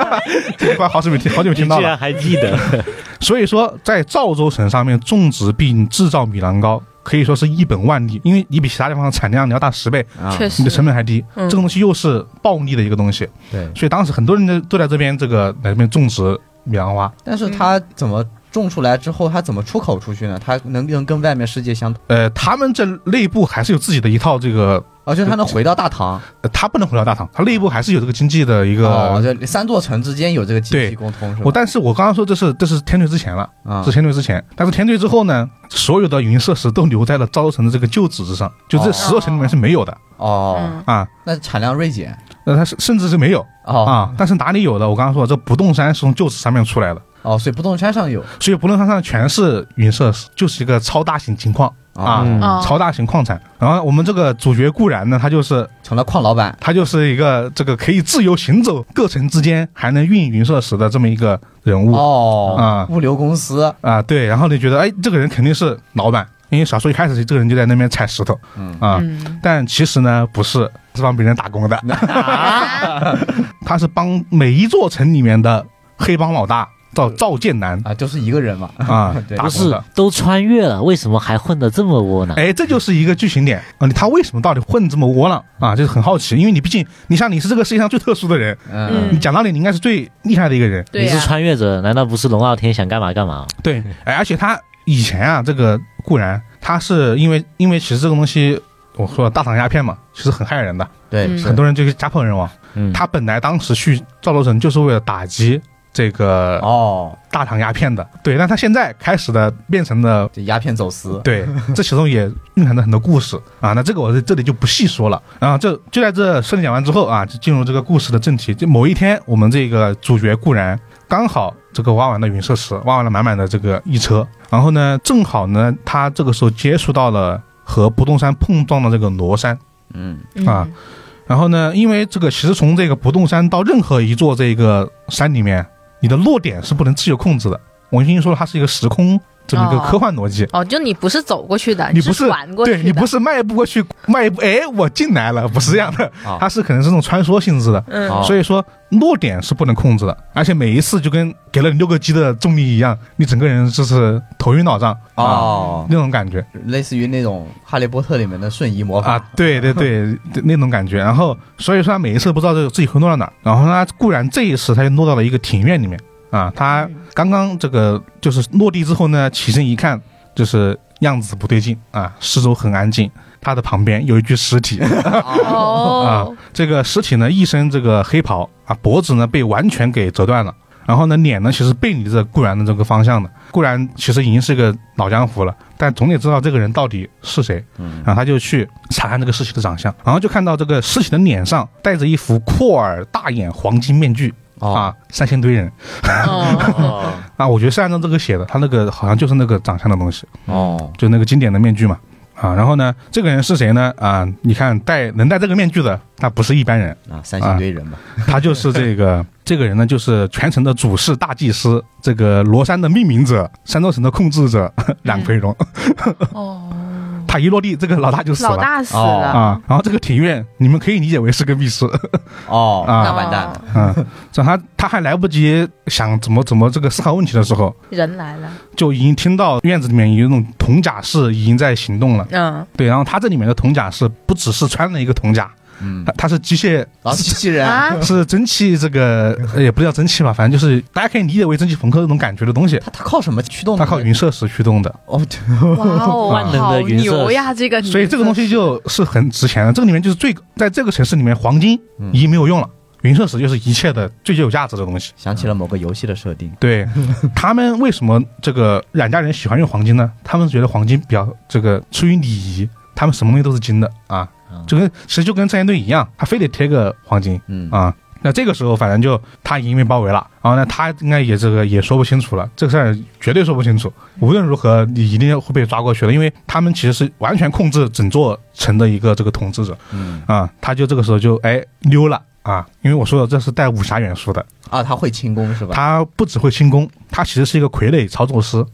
*laughs* 这句话好久没听，好久没你 *laughs* 听居到了。然还记得？ *laughs* 所以说，在赵州城上面种植并制造米兰糕，可以说是一本万利，因为你比其他地方的产量你要大十倍，啊确实你的成本还低。嗯这个东西又是暴利的一个东西，对，所以当时很多人都都在这边这个来这边种植米兰花。但是它怎么种出来之后，它怎么出口出去呢？它能能跟外面世界相同？呃，他们这内部还是有自己的一套这个，哦，就是它能回到大唐。呃他不能回到大唐，他内部还是有这个经济的一个。哦，就三座城之间有这个经济对共通是我吧？但是我刚刚说这是这是天罪之前了，啊是天罪之前，但是天罪之后呢，所有的云设施都留在了赵州城的这个旧址之上，就这哦十座城里面是没有的哦，嗯啊，那产量锐减那呃它是甚至是没有，哦啊，但是哪里有的？我刚刚说这不动山是从旧址上面出来的，哦，所以不动山上有所以不动山上全是云设施，就是一个超大型金矿啊，嗯哦超大型矿产。然后我们这个主角固然呢，他就是成了矿老板。他就是一个这个可以自由行走各城之间，还能运云设施的这么一个人物哦，啊物流公司，啊，对。然后你觉得，哎，这个人肯定是老板，因为小说一开始这个人就在那边踩石头嗯啊，嗯但其实呢不是。是帮别人打工的，啊，他是帮每一座城里面的黑帮老大叫赵建 *laughs* 南啊，就是一个人嘛，啊对打不工是的。都穿越了，为什么还混得这么窝囊？哎，这就是一个剧情点啊！他为什么到底混这么窝囊啊？就是很好奇，因为你毕竟你像你是这个世界上最特殊的人，嗯你讲道理你应该是最厉害的一个人，对啊你是呀，穿越者，难道不是龙傲天想干嘛干嘛？对，哎，而且他以前啊，这个固然他是因为因为其实这个东西，我说了大厂鸦片嘛，其实很害人的，对嗯，是很多人就是家破人亡。嗯，他本来当时去赵州城就是为了打击这个哦，大厂鸦片的，对，但他现在开始的变成了。这鸦片走私，对， *laughs* 这其中也蕴含着很多故事啊。那这个我在这里就不细说了啊。这就在这顺利讲完之后啊，就进入这个故事的正题。就某一天，我们这个主角固然刚好这个挖完了云社石，挖完了满满的这个一车，然后呢，正好呢，他这个时候接触到了和不动山碰撞的这个罗山。嗯啊嗯然后呢，因为这个其实从这个不动山到任何一座这个山里面，你的落点是不能自由控制的。我已经说了，它是一个时空这么一个哦科幻逻辑。哦，就你不是走过去的，你啊是不是转过去对的，你不是迈一步过去，迈一步，哎，我进来了，不是这样的哦，它是可能是那种穿梭性质的，嗯哦所以说落点是不能控制的，而且每一次就跟给了你六个 G 的重力一样，你整个人就是头晕脑胀啊哦，那种感觉类似于那种《哈利波特》里面的瞬移魔啊法，，对对对，对那种感觉。然后所以说他每一次不知道这个自己会落到哪儿，然后他固然这一次他就落到了一个庭院里面啊，他刚刚这个就是落地之后呢，起身一看，就是样子不对劲啊，四周很安静，他的旁边有一具尸体。哦，啊这个尸体呢，一身这个黑袍啊，脖子呢被完全给折断了，然后呢，脸呢其实背离着顾然的这个方向的。顾然其实已经是个老江湖了，但总得知道这个人到底是谁。嗯然后他就去查看这个尸体的长相，然后就看到这个尸体的脸上戴着一副阔耳大眼黄金面具啊，三千堆人哦哦啊，我觉得是按照这个写的，他那个好像就是那个长相的东西。哦，就那个经典的面具嘛。啊，然后呢，这个人是谁呢？啊，你看戴能戴这个面具的，那不是一般人，啊，三星堆人嘛，他就是 *laughs* 这个这个人呢，就是全城的主事大祭司，这个罗山的命名者，山州城的控制者嗯冉奎荣。哦，他一落地，这个老大 *laughs* 就死老了。大死了，啊，然后这个庭院，你们可以理解为是个 *laughs* 密室，哦，啊那完蛋了，嗯，这他他还来不及想怎么怎么这个思考问题的时候，人来了，就已经听到院子里面有那种铜甲士已经在行动了，嗯，对，然后他这里面的铜甲士不只是穿了一个铜甲，嗯他，他是机械然后机器人，啊是蒸汽这个呃也不叫蒸汽吧，反正就是大家可以理解为蒸汽朋克那种感觉的东西。他他靠什么驱动？它靠，云射石驱动的，哦，哇哦，万能的好云色牛呀！这个，所以这个东西就是很值钱的。这个里面就是最在这个城市里面，黄金已经没有用了，云射石就是一切的最有价值的东西。想起了某个游戏的设定， *laughs* 对他们为什么这个冉家人喜欢用黄金呢？他们觉得黄金比较这个出于礼仪，他们什么东西都是金的啊，就跟其实就跟战舰队一样，他非得贴个黄金。嗯，啊。那这个时候，反正就他已经被包围了，然后呢，他应该也这个也说不清楚了，这个事儿绝对说不清楚。无论如何，你一定会被抓过去的，因为他们其实是完全控制整座城的一个这个统治者嗯啊。他就这个时候就哎溜了啊，因为我说了这是带武侠元素的，啊，他会轻功是吧？他不只会轻功，他其实是一个傀儡操作师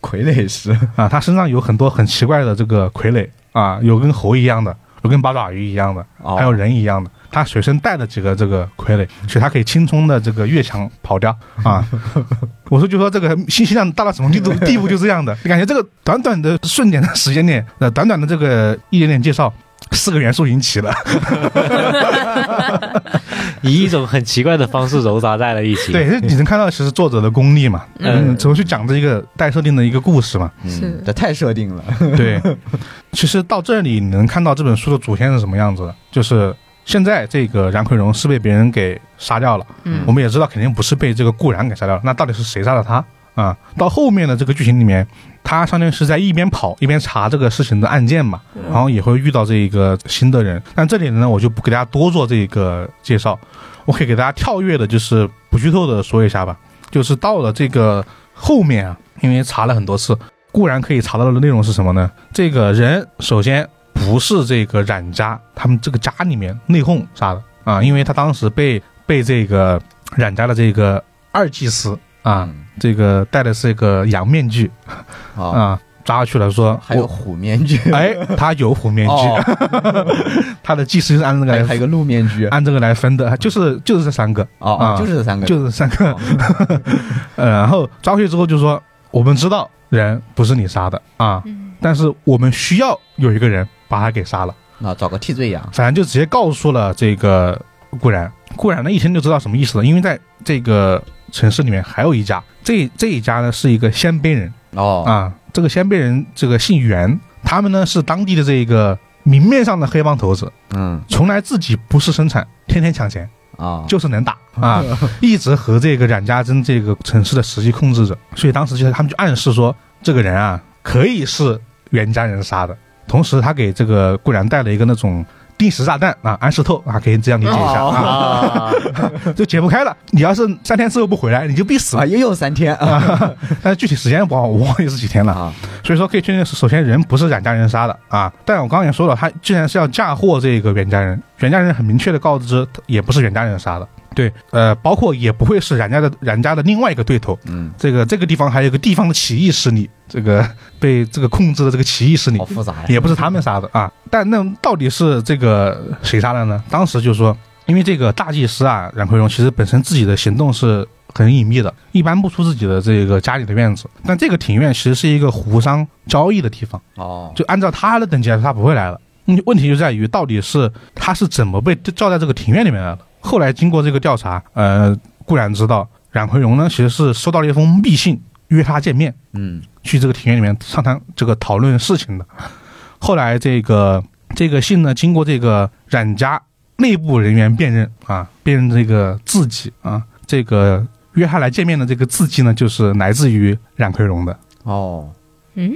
傀儡师，啊，他身上有很多很奇怪的这个傀儡啊，有跟猴一样的，有跟八爪鱼一样的，哦还有人一样的，他随身带了几个这个傀儡，所以他可以轻松的这个越墙跑掉啊。 *laughs* 我说就说这个信息量大到什么地步地步就这样的，你感觉这个短短的瞬间的时间点，呃，短短的这个一点点介绍。四个元素已经齐了，以一种很奇怪的方式揉杂在了一起。对，，这你能看到其实作者的功力嘛，嗯嗯，怎么去讲这个带设定的一个故事嘛，是嗯，这太设定了，对，其实到这里你能看到这本书的主线是什么样子的，就是现在这个冉奎荣是被别人给杀掉了，嗯我们也知道肯定不是被这个顾然给杀掉了，那到底是谁杀了他啊、到后面的这个剧情里面，他相当于是在一边跑一边查这个事情的案件嘛，然后也会遇到这一个新的人，但这里呢我就不给大家多做这个介绍，我可以给大家跳跃的，就是不剧透的说一下吧，就是到了这个后面啊，因为查了很多次，固然可以查到的内容是什么呢？这个人首先不是这个冉家，他们这个家里面内讧杀的啊，因为他当时被被这个冉家的这个二祭司啊，嗯，这个戴的是一个羊面具好，啊，抓去了说，哦 *laughs* 还有虎面具，我哎，他有虎 *laughs* 面具，哦，他的技师就是按这个还有还有嗯来一个鹿面具，按这个来分的，就是就是这三个，哦啊哦，就是这三个，就是这三个哦，呃，然后抓回去之后就说，我们知道人不是你杀的啊，嗯但是我们需要有一个人把他给杀了，那找个替罪羊，反正就直接告诉了这个顾然。顾然呢一听就知道什么意思了，因为在这个城市里面还有一家，这这一家呢是一个鲜卑人哦，啊，这个鲜卑人这个姓袁，他们呢是当地的这个明面上的黑帮头子，嗯，从来自己不是生产，天天抢钱，啊，就是能打啊，一直和这个冉家珍这个城市的实际控制者，所以当时就是他们就暗示说，这个人啊可以是袁家人杀的，同时他给这个顾然带了一个那种定时炸弹啊，安石透啊，可以这样理解一下、啊，啊，就解不开了。你要是三天之后不回来，你就必死啊，了。又有三天啊但是具体时间不好，我忘记是几天了。啊，所以说可以确定，首先人不是冉家人杀的啊。但我刚刚也说了，他既然是要嫁祸这个袁家人，袁家人很明确的告知，也不是袁家人杀的。对，呃，包括也不会是冉家的冉家的另外一个对头。嗯，这个这个地方还有一个地方的起义势力，这个被这个控制的这个起义势力好，复杂呀，也不是他们杀的啊。但那到底是这个谁杀的呢？当时就说，因为这个大祭司啊，冉奎荣其实本身自己的行动是很隐秘的，一般不出自己的这个家里的院子。但这个庭院其实是一个胡商交易的地方，哦，就按照他的等级来说，他不会来了。嗯问题就在于到底是他是怎么被叫在这个庭院里面来的？后来经过这个调查，呃，固然知道冉奎荣呢其实是收到了一封密信，约他见面。嗯，去这个庭院里面商谈这个讨论事情的。后来这个这个信呢，经过这个冉家内部人员辨认啊，辨认这个字迹啊，这个约翰来见面的这个字迹呢，就是来自于冉奎荣的哦，嗯，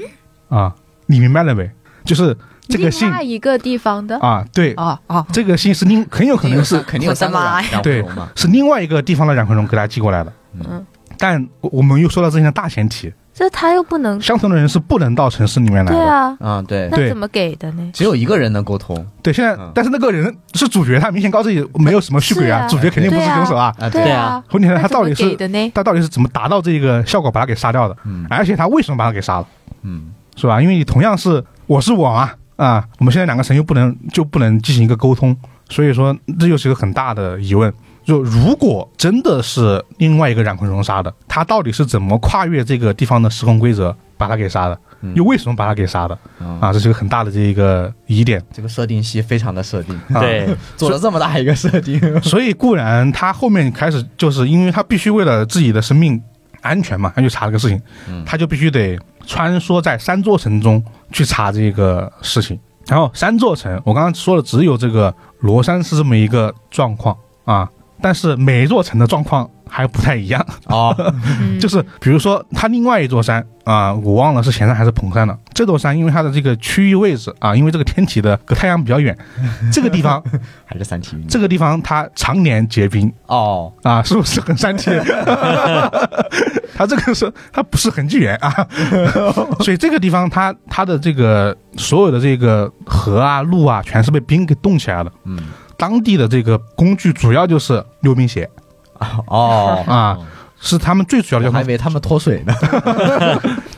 啊，你明白了没？就是这个信另外一个地方的啊，对，哦哦，这个信是另很有可能是肯定有三个我的妈人呀两对个人嘛，是另外一个地方的冉奎荣给他寄过来的。嗯，但我我们又说到这件大前提，这他又不能相同的人是不能到城市里面来对的。啊，啊，对，那怎么给的呢？只有一个人能沟通对，现在、嗯但是那个人是主角，他明显告诉自己没有什么虚轨啊，是啊主角肯定不是凶手啊。啊，对对啊啊，问题是他那怎到么底给是的呢？他到底是怎么达到这个效果把他给杀掉的？嗯而且他为什么把他给杀了？嗯，是吧？因为同样是我是我啊啊，我们现在两个神又不能就不能进行一个沟通，所以说这又是一个很大的疑问。就如果真的是另外一个冉昆荣杀的，他到底是怎么跨越这个地方的时空规则把他给杀的？嗯又为什么把他给杀的？啊，啊，这是一个很大的这一个疑点。这个设定系非常的设定，啊、对，做了这么大一个设定， *laughs* 所以固然他后面开始就是因为他必须为了自己的生命安全嘛，他去查这个事情，他就必须得穿梭在三座城中去查这个事情。然后三座城，我刚刚说了，只有这个罗山是这么一个状况啊，但是每一座城的状况还不太一样。哦，嗯 *laughs* 就是比如说它另外一座山啊、我忘了是咸山还是彭山了。这座山因为它的这个区域位置啊，因为这个天体的隔太阳比较远，这个地方 *laughs* 还是三体运这个地方它常年结冰，哦，啊，是不是很删帖？ *laughs* 他这个是，他不是痕迹源啊， *laughs* 所以这个地方它它的这个所有的这个河啊、路啊，全是被冰给冻起来的。嗯，当地的这个工具主要就是溜冰鞋哦，啊，是他们最主要的我交还以通，为他们脱水呢，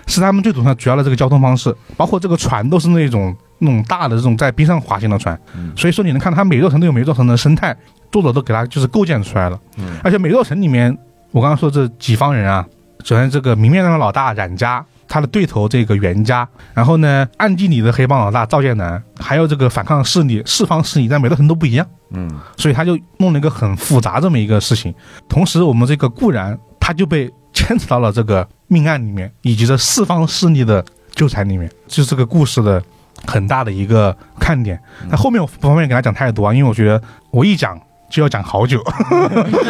是他们最主要主要的这个交通方式，包括这个船都是那种那种大的这种在冰上滑行的船，嗯所以说你能看到它每座城都有每座城的生态，作者都给它就是构建出来了。嗯而且美洛城里面，我刚刚说这几方人啊，首先这个明面上的老大冉家，他的对头这个袁家，然后呢暗地里的黑帮老大赵建南，还有这个反抗势力四方势力，在美洛城都不一样，嗯，所以他就弄了一个很复杂这么一个事情。同时，我们这个固然他就被牵扯到了这个命案里面，以及这四方势力的纠缠里面，就是这个故事的很大的一个看点。那后面我不方便给他讲太多啊，因为我觉得我一讲就要讲好久。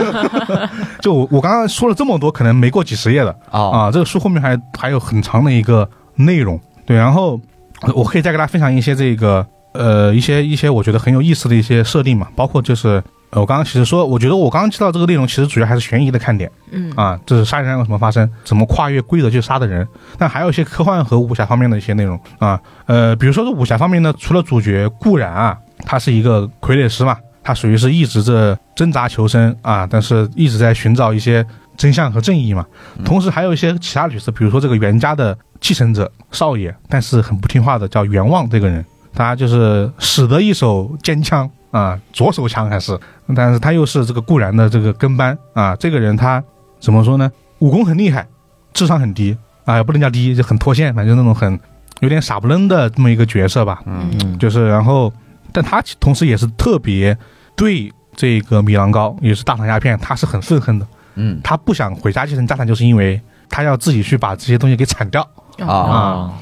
*laughs* 就我我刚刚说了这么多，可能没过几十页的哦，啊，这个书后面还还有很长的一个内容。对，然后呃我可以再给大家分享一些这个呃一些一些我觉得很有意思的一些设定嘛，包括就是。呃我刚刚其实说，我觉得我刚刚提到这个内容，其实主要还是悬疑的看点嗯啊，就是杀人案有什么发生，怎么跨越规则去杀的人，但还有一些科幻和武侠方面的一些内容啊，呃，比如说这武侠方面呢，除了主角固然啊，他是一个傀儡师嘛，他属于是一直这挣扎求生啊，但是一直在寻找一些真相和正义嘛。同时还有一些其他角色，比如说这个袁家的继承者少爷，但是很不听话的叫袁望这个人，他就是使得一手尖枪啊，左手枪还是，但是他又是这个固然的这个跟班啊，这个人他怎么说呢？武功很厉害，智商很低啊，也不能叫低，就很脱线，反正就那种很有点傻不愣的这么一个角色吧。嗯嗯，就是然后，但他其同时也是特别对这个米兰高，也是大唐鸦片，他是很愤恨的。嗯他不想回家继承家产，就是因为他要自己去把这些东西给铲掉。啊啊，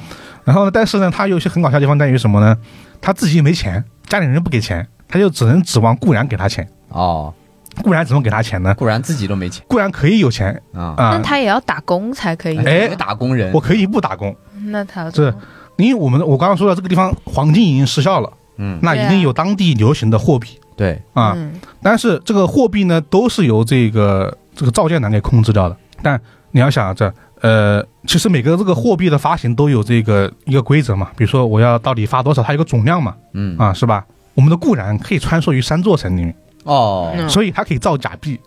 然后呢，但是呢，他有一些很搞笑的地方在于什么呢？他自己没钱，家里人不给钱，他就只能指望固然给他钱。哦，固然怎么给他钱呢？固然自己都没钱固然可以有钱啊，啊但、他也要打工才可以。哎一个打工人我，可以不打工。那他这因为我们我刚刚说到这个地方黄金已经失效了，嗯，那一定有当地流行的货币对，啊。嗯但是这个货币呢，都是由这个这个造价男给控制掉的。但你要想着，呃，其实每个这个货币的发行都有这个一个规则嘛，比如说我要到底发多少，它有个总量嘛，嗯啊，是吧？我们的固然可以穿梭于三座城里面，哦嗯所以它可以造假币，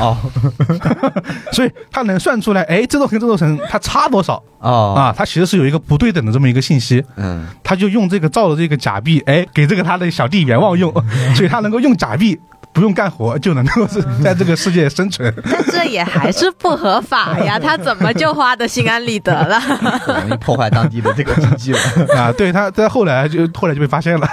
哦所以它能算出来，哎，这座城跟这座城它差多少哦，啊？它其实是有一个不对等的这么一个信息，嗯他就用这个造的这个假币，哎，给这个他的小弟袁望用，所以他能够用假币不用干活就能够是在这个世界生存。但这也还是不合法 *laughs* 呀，他怎么就花的心安理得了？容易破坏当地的这个经济了，啊，对他在后来就后来就被发现了。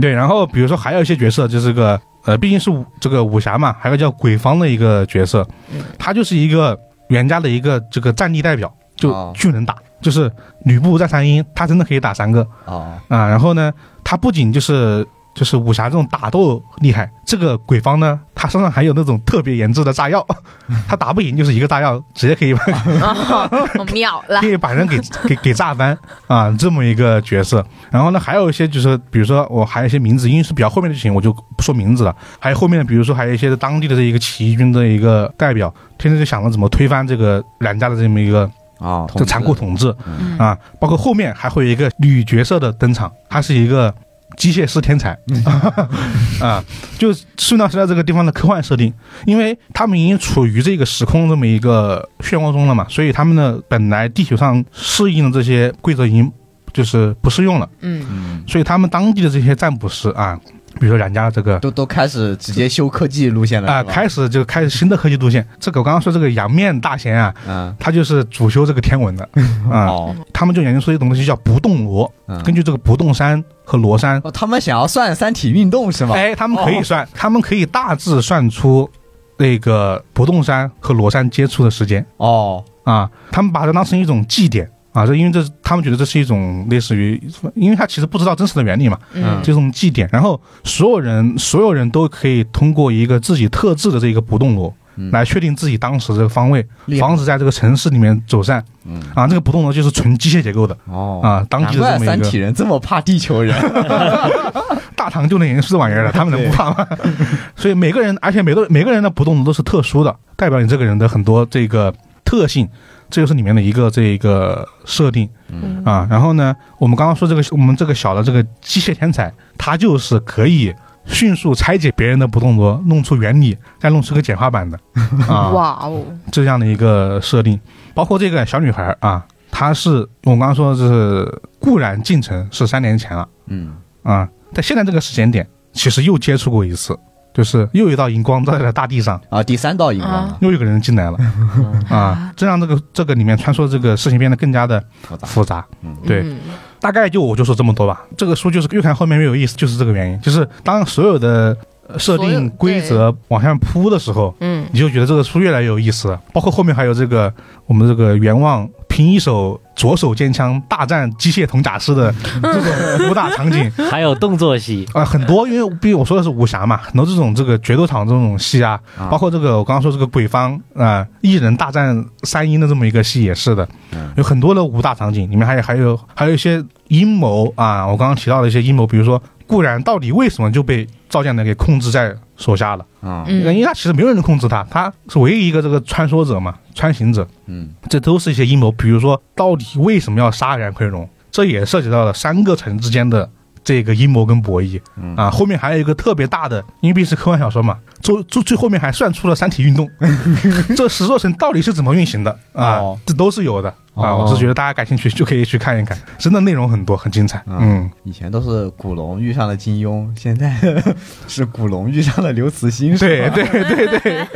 对，然后比如说还有一些角色，就是个呃，毕竟是武这个武侠嘛，还有个叫鬼方的一个角色，他就是一个袁家的一个这个战力代表，就哦巨能打，就是吕布战三英，他真的可以打三个哦啊。然后呢，他不仅就是就是武侠这种打斗厉害，这个鬼方呢，他身上还有那种特别研制的炸药，他打不赢就是一个炸药，直接可以把哦，我秒了可。以把人给给给炸翻啊，这么一个角色。然后呢，还有一些就是，比如说我还有一些名字，因为是比较后面的剧情，我就不说名字了。还有后面，比如说还有一些当地的这一个起义军的一个代表，天天就想着怎么推翻这个冉家的这么一个哦，这残酷统治嗯啊。包括后面还会有一个女角色的登场，她是一个机械师天才 *laughs* 啊，就顺道说到这个地方的科幻设定，因为他们已经处于这个时空这么一个漩涡中了嘛，所以他们呢本来地球上适应的这些规则已经就是不适用了，嗯，嗯，所以他们当地的这些占卜师啊，比如说冉家这个都都开始直接修科技路线了啊、是吧开始就开始新的科技路线。这个我刚刚说这个阳面大贤啊，嗯他就是主修这个天文的啊，哦他们就研究出一种东西叫不动罗，嗯根据这个不动山和罗山，哦，他们想要算三体运动是哦吗？哎，他们可以算，他们可以大致算出那个不动山和罗山接触的时间哦啊。他们把它当成一种祭典啊，这因为这是他们觉得这是一种类似于，因为他其实不知道真实的原理嘛，嗯这种祭典。然后所有人所有人都可以通过一个自己特制的这个不动罗。嗯来确定自己当时这个方位，厉害防止在这个城市里面走散。嗯啊，这个不动罗就是纯机械结构的哦啊，当难地的怪这么三一个体人这么怕地球 *laughs* 人，大唐就能研究出这玩意儿了，他们能不怕吗？ *laughs* 所以每个人，而且每个每个人的不动都是特殊的，代表你这个人的很多这个特性，这就是里面的一个这个设定嗯啊。然后呢，我们刚刚说这个我们这个小的这个机械天才，他就是可以迅速拆解别人的不动罗，弄出原理，再弄出个简化版 *laughs* 的啊。哇哦，这样的一个设定，包括这个小女孩儿啊，她是我刚刚说的是固然进城是三年前了。嗯啊，在现在这个时间点，其实又接触过一次，就是又一道荧光照在了大地上，啊，第三道荧光了，又有个人进 *laughs* 来了，啊，这让这个这个里面穿梭这个事情变得更加的复杂复杂。对嗯，大概就我就说这么多吧。这个书就是越看后面越有意思，就是这个原因，就是当所有的呃设所有定规则往下铺的时候，嗯，你就觉得这个书越来越有意思了。包括后面还有这个我们这个袁望凭一手左手尖枪大战机械铜甲师的这种武打场景，还有动作戏，啊、很多，因为毕竟我说的是武侠嘛，很多这种这个决斗场这种戏啊，啊包括这个我刚刚说这个鬼方啊、呃一人大战三英的这么一个戏也是的，有很多的武打场景，里面还有还有还有一些阴谋啊，我刚刚提到的一些阴谋，比如说固然到底为什么就被赵建南给控制在手下了，啊嗯因为他其实没有人控制他，他是唯一一个这个穿梭者嘛，穿行者，嗯这都是一些阴谋，比如说到底为什么要杀冉奎荣，这也涉及到了三个城之间的这个阴谋跟博弈嗯啊。后面还有一个特别大的，因为毕竟是科幻小说嘛，最最最后面还算出了三体运 *laughs* 动，这十座城到底是怎么运行的啊哦？这都是有的啊。哦我是觉得大家感兴趣就可以去看一看，真的内容很多，很精彩。嗯，以前都是古龙遇上了金庸，现在 *laughs* 是古龙遇上了刘慈欣，是 *laughs* 对吧对对 *laughs* 对。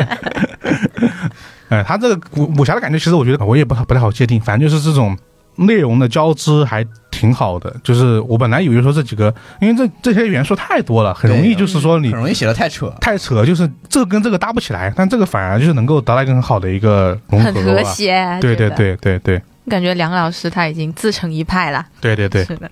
哎，他这个武武侠的感觉，其实我觉得我也不太不太好界定，反正就是这种内容的交织还挺好的。就是我本来以为说这几个，因为这这些元素太多了，很容易对就是说你很容易写的太扯。太扯，就是这个跟这个搭不起来，但这个反而就是能够达到一个很好的一个融合很吧。和谐。啊对对这个，对对对感觉梁老师他已经自成一派了。对对对。是的，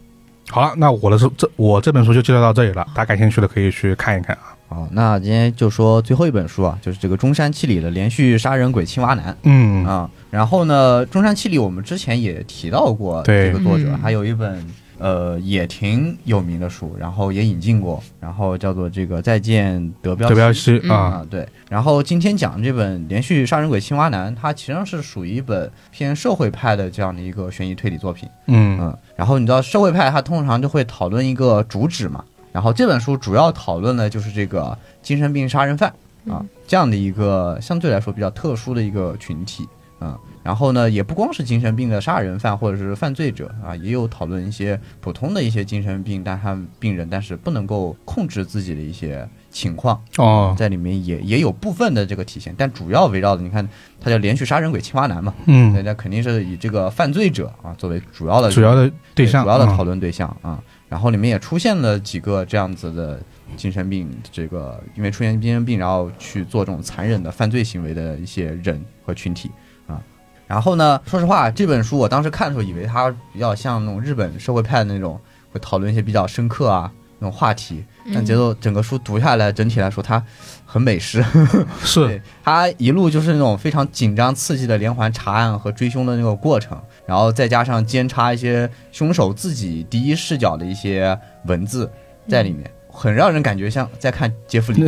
好了，那我的这这我这本书就介绍到这里了，大家感兴趣的可以去看一看啊。哦，那今天就说最后一本书啊，就是这个中山七里的连续杀人鬼青蛙男。嗯，啊、然后呢，中山七里我们之前也提到过对这个作者，嗯还有一本呃也挺有名的书，然后也引进过，然后叫做这个《再见德彪德彪西》西嗯啊，啊，对。然后今天讲这本《连续杀人鬼青蛙男》，它其实是属于一本偏社会派的这样的一个悬疑推理作品。嗯嗯，然后你知道社会派它通常就会讨论一个主旨嘛，然后这本书主要讨论的就是这个精神病杀人犯啊这样的一个相对来说比较特殊的一个群体啊。然后呢，也不光是精神病的杀人犯或者是犯罪者啊，也有讨论一些普通的一些精神病，但他们病人但是不能够控制自己的一些情况，哦，在里面也也有部分的这个体现，但主要围绕的你看，它叫连续杀人鬼青蛙男嘛，嗯，那那肯定是以这个犯罪者啊作为主要的主要的对象，主要的嗯讨论对象啊。然后里面也出现了几个这样子的精神病，这个因为出现精神病，然后去做这种残忍的犯罪行为的一些人和群体啊。然后呢，说实话，这本书我当时看的时候，以为它比较像那种日本社会派的那种，会讨论一些比较深刻啊那种话题。但节奏整个书读下来，整体来说它很美式，是对，他一路就是那种非常紧张刺激的连环查案和追凶的那个过程，然后再加上兼插一些凶手自己第一视角的一些文字在里面，很让人感觉像在看杰弗里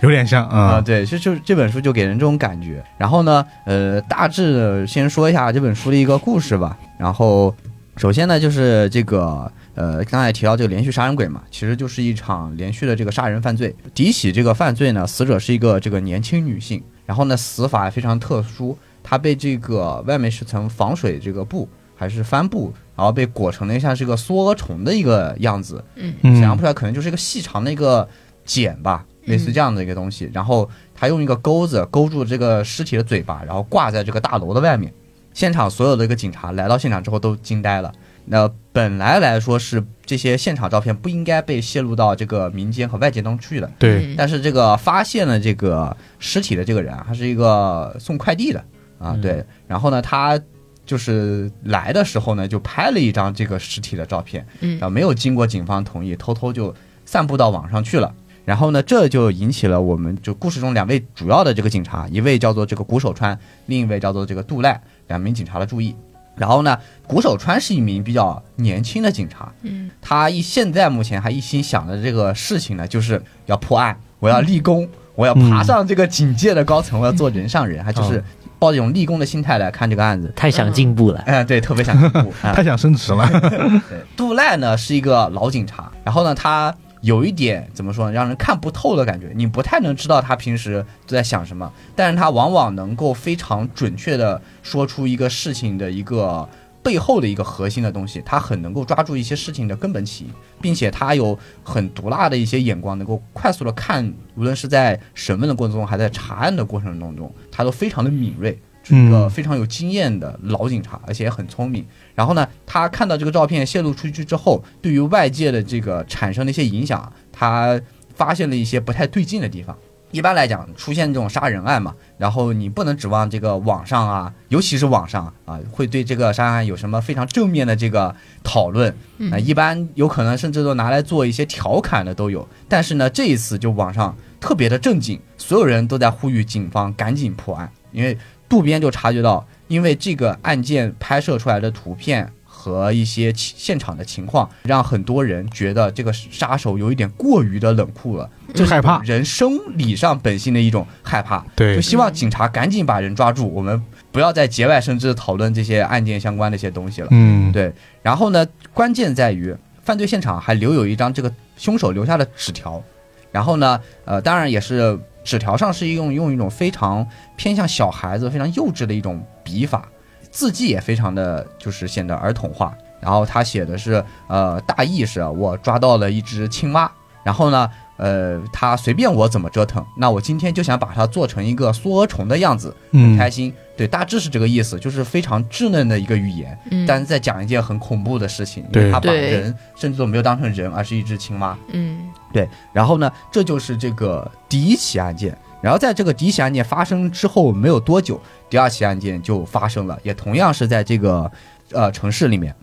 有点像啊、啊，对，就就这本书就给人这种感觉。然后呢，呃，大致地先说一下这本书的一个故事吧。然后，首先呢，就是这个呃，刚才也提到这个连续杀人鬼嘛，其实就是一场连续的这个杀人犯罪。第一起这个犯罪呢，死者是一个这个年轻女性，然后呢，死法非常特殊，她被这个外面是层防水这个布还是帆布，然后被裹成了像是个缩蛾虫的一个样子。嗯想象不出来，可能就是一个细长的一个茧吧，类似这样的一个东西。然后他用一个钩子勾住这个尸体的嘴巴，然后挂在这个大楼的外面。现场所有的一个警察来到现场之后都惊呆了。那本来来说是这些现场照片不应该被泄露到这个民间和外界当中去的，对，嗯但是这个发现了这个尸体的这个人啊，他是一个送快递的啊，对。然后呢，他就是来的时候呢，就拍了一张这个尸体的照片，嗯然后没有经过警方同意，偷偷就散布到网上去了。然后呢，这就引起了我们就故事中两位主要的这个警察，一位叫做这个谷守川，另一位叫做这个杜赖，两名警察的注意。然后呢，谷守川是一名比较年轻的警察，嗯，他一现在目前还一心想的这个事情呢，就是要破案，我要立功，我要爬上这个警界的高层，我要做人上人，他就是抱着一种立功的心态来看这个案子。太想进步了。哎，对，特别想进步。啊太想升职 *laughs* 了，对，杜赖呢是一个老警察，然后呢他有一点怎么说呢，让人看不透的感觉，你不太能知道他平时都在想什么，但是他往往能够非常准确的说出一个事情的一个。背后的一个核心的东西，他很能够抓住一些事情的根本起因，并且他有很毒辣的一些眼光，能够快速的看，无论是在审问的过程中，还在查案的过程当中，他都非常的敏锐，是一个嗯非常有经验的老警察，而且也很聪明。然后呢，他看到这个照片泄露出去之后，对于外界的这个产生的一些影响，他发现了一些不太对劲的地方。一般来讲，出现这种杀人案嘛，然后你不能指望这个网上啊，尤其是网上啊，会对这个杀人案有什么非常正面的这个讨论。啊、一般有可能甚至都拿来做一些调侃的都有。但是呢，这一次就网上特别的正经，所有人都在呼吁警方赶紧破案，因为渡边就察觉到，因为这个案件拍摄出来的图片和一些其现场的情况，让很多人觉得这个杀手有一点过于的冷酷了，这是害怕人生理上本性的一种害怕。对就，希望警察赶紧把人抓住，我们不要再节外生枝讨论这些案件相关的一些东西了。嗯，呃对，然后呢，关键在于犯罪现场还留有一张这个凶手留下的纸条，然后呢，呃，当然也是纸条上是用用一种非常偏向小孩子、非常幼稚的一呃种笔法，字迹也非常的就是显得儿童化。然后他写的是，呃，大意是我抓到了一只青蛙，然后呢，呃，他随便我怎么折腾，那我今天就想把它做成一个缩鹅虫的样子，很嗯，开心。对，大致是这个意思，就是非常稚嫩的一个语言，嗯但是在讲一件很恐怖的事情，因对为他把对人甚至都没有当成人，而是一只青蛙。嗯对，然后呢，这就是这个第一起案件。然后在这个第一起案件发生之后没有多久，第二起案件就发生了，也同样是在这个呃城市里面。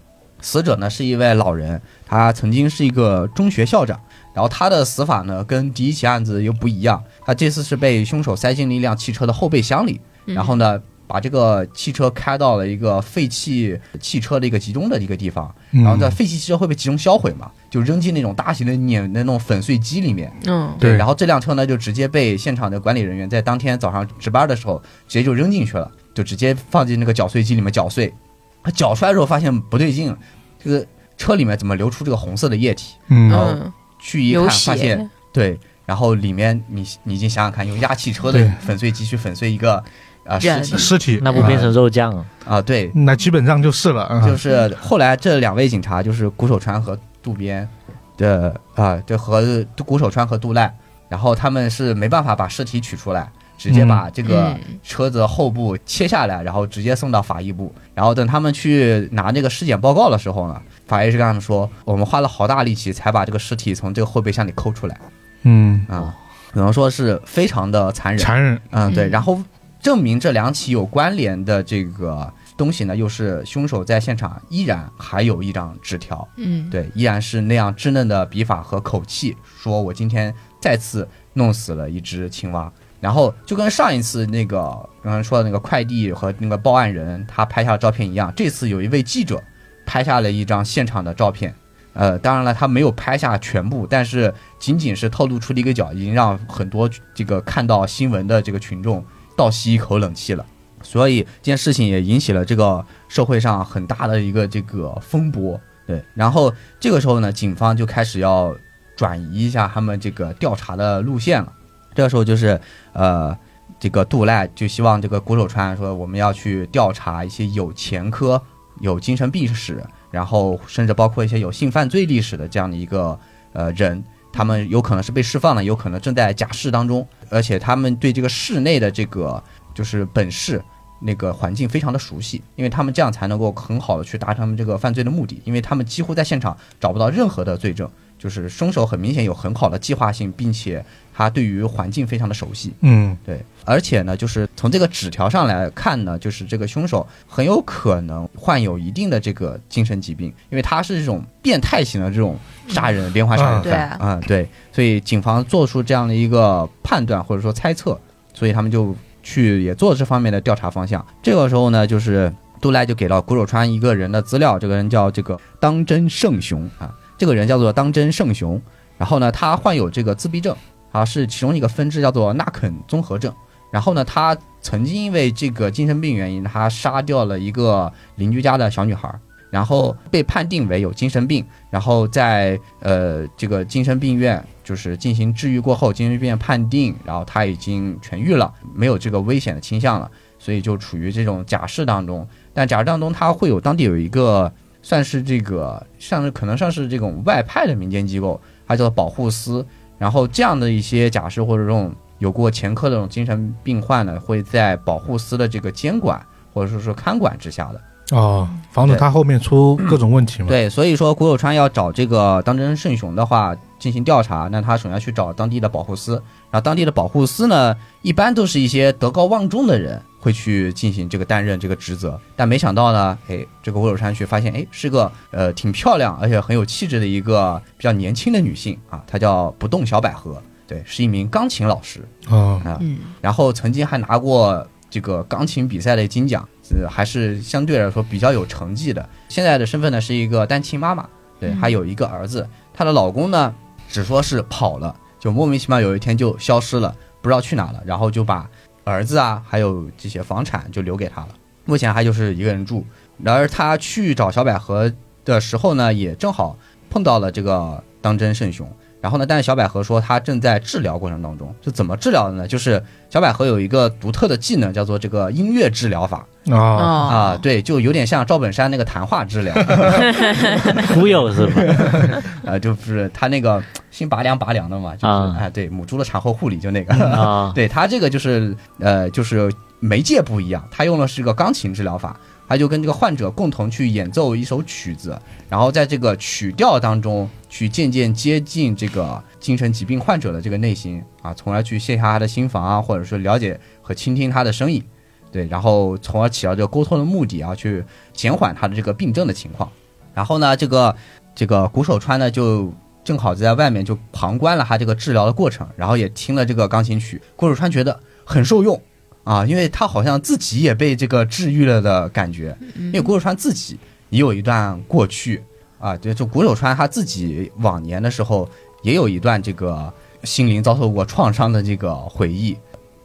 死者呢是一位老人，他曾经是一个中学校长。然后他的死法呢跟第一起案子又不一样，他这次是被凶手塞进了一辆汽车的后备箱里，嗯然后呢把这个汽车开到了一个废弃汽车的一个集中的一个地方。然然后在废弃汽车会被集中销毁嘛，就扔进那种大型的碾的那种粉碎机里面。嗯对然后这辆车呢，就直接被现场的管理人员在当天早上值班的时候，直接就扔进去了，就直接放进那个搅碎机里面搅碎。他搅出来的时候发现不对劲，这个车里面怎么流出这个红色的液体？然后嗯，嗯去一看有发现，血，对，然后里面你你已经想想看，用压汽车的对粉碎机去粉碎一个啊、尸人体尸体嗯那不变成肉酱啊？啊、对，那基本上就是了，嗯就是后来这两位警察就是谷守川和渡边的啊，就和谷守川和渡濑，然后他们是没办法把尸体取出来，直接把这个嗯车子后部切下来，然后直接送到法医部。然后等他们去拿这个尸检报告的时候呢，法医是跟他们说，我们花了好大力气才把这个尸体从这个后备箱里抠出来嗯，啊，只能说是非常的残忍。残忍，嗯，对，嗯然后证明这两起有关联的这个东西呢，又是凶手在现场依然还有一张纸条，嗯，对，依然是那样稚嫩的笔法和口气，说我今天再次弄死了一只青蛙。然后就跟上一次那个刚才说的那个快递和那个报案人他拍下的照片一样，这次有一位记者拍下了一张现场的照片，呃，当然了，他没有拍下全部，但是仅仅是透露出了一个角，已经让很多这个看到新闻的这个群众倒吸一口冷气了。所以这件事情也引起了这个社会上很大的一个这个风波。对，然后这个时候呢，警方就开始要转移一下他们这个调查的路线了。这个时候就是呃，这个杜赖就希望这个谷守川说，我们要去调查一些有前科、有精神病史，然后甚至包括一些有性犯罪历史的这样的一个呃人，他们有可能是被释放了，有可能正在假释当中，而且他们对这个市内的这个就是本市。那个环境非常的熟悉，因为他们这样才能够很好的去达成他们这个犯罪的目的，因为他们几乎在现场找不到任何的罪证，就是凶手很明显有很好的计划性，并且他对于环境非常的熟悉。嗯，对，而且呢，就是从这个纸条上来看呢，就是这个凶手很有可能患有一定的这个精神疾病，因为他是这种变态型的这种杀人连环杀人嗯对犯啊啊、对，所以警方做出这样的一个判断或者说猜测，所以他们就去也做这方面的调查方向。这个时候呢，就是杜赖就给了古守川一个人的资料，这个人叫这个当真圣雄啊，这个人叫做当真圣雄，然后呢，他患有这个自闭症。啊，是其中一个分支叫做纳肯综合症。然后呢，他曾经因为这个精神病原因，他杀掉了一个邻居家的小女孩，然后被判定为有精神病，然后在呃这个精神病院就是进行治愈过后，精神病院判定，然后他已经痊愈了，没有这个危险的倾向了，所以就处于这种假释当中。但假释当中，他会有当地有一个算是这个像是可能算是这种外派的民间机构，它叫保护司，然后这样的一些假释或者这种有过前科的这种精神病患呢，会在保护司的这个监管或者说是看管之下的。哦，防止对他后面出各种问题嘛，对，所以说谷有川要找这个当真圣雄的话进行调查，那他首先要去找当地的保护司，然后当地的保护司呢，一般都是一些德高望重的人会去进行这个担任这个职责，但没想到呢，哎，这个谷有川却发现，哎，是个呃挺漂亮而且很有气质的一个比较年轻的女性啊，她叫不动小百合，对，是一名钢琴老师。哦，啊，嗯然后曾经还拿过这个钢琴比赛的金奖，呃，还是相对来说比较有成绩的。现在的身份呢是一个单亲妈妈，对，嗯还有一个儿子。她的老公呢，只说是跑了，就莫名其妙有一天就消失了，不知道去哪了，然后就把儿子啊，还有这些房产就留给她了。目前还就是一个人住。然而她去找小百合的时候呢，也正好碰到了这个当真圣雄。然后呢，但是小百合说她正在治疗过程当中，是怎么治疗的呢？就是小百合有一个独特的技能，叫做这个音乐治疗法啊，啊，哦，对，就有点像赵本山那个谈话治疗，忽悠是吧？呃，就是他那个心拔凉拔凉的嘛，就是啊哎，对，母猪的产后护理就那个，啊，对他这个就是呃，就是媒介不一样，他用的是个钢琴治疗法，他就跟这个患者共同去演奏一首曲子，然后在这个曲调当中去渐渐接近这个精神疾病患者的这个内心啊，从而去卸下他的心防啊，或者说了解和倾听他的声音，对，然后从而起到这个沟通的目的啊，去减缓他的这个病症的情况。然后呢，这个这个鼓手川呢就正好在外面就旁观了他这个治疗的过程，然后也听了这个钢琴曲。郭汝川觉得很受用啊，因为他好像自己也被这个治愈了的感觉。因为郭汝川自己也有一段过去啊，就就郭汝川他自己往年的时候也有一段这个心灵遭受过创伤的这个回忆。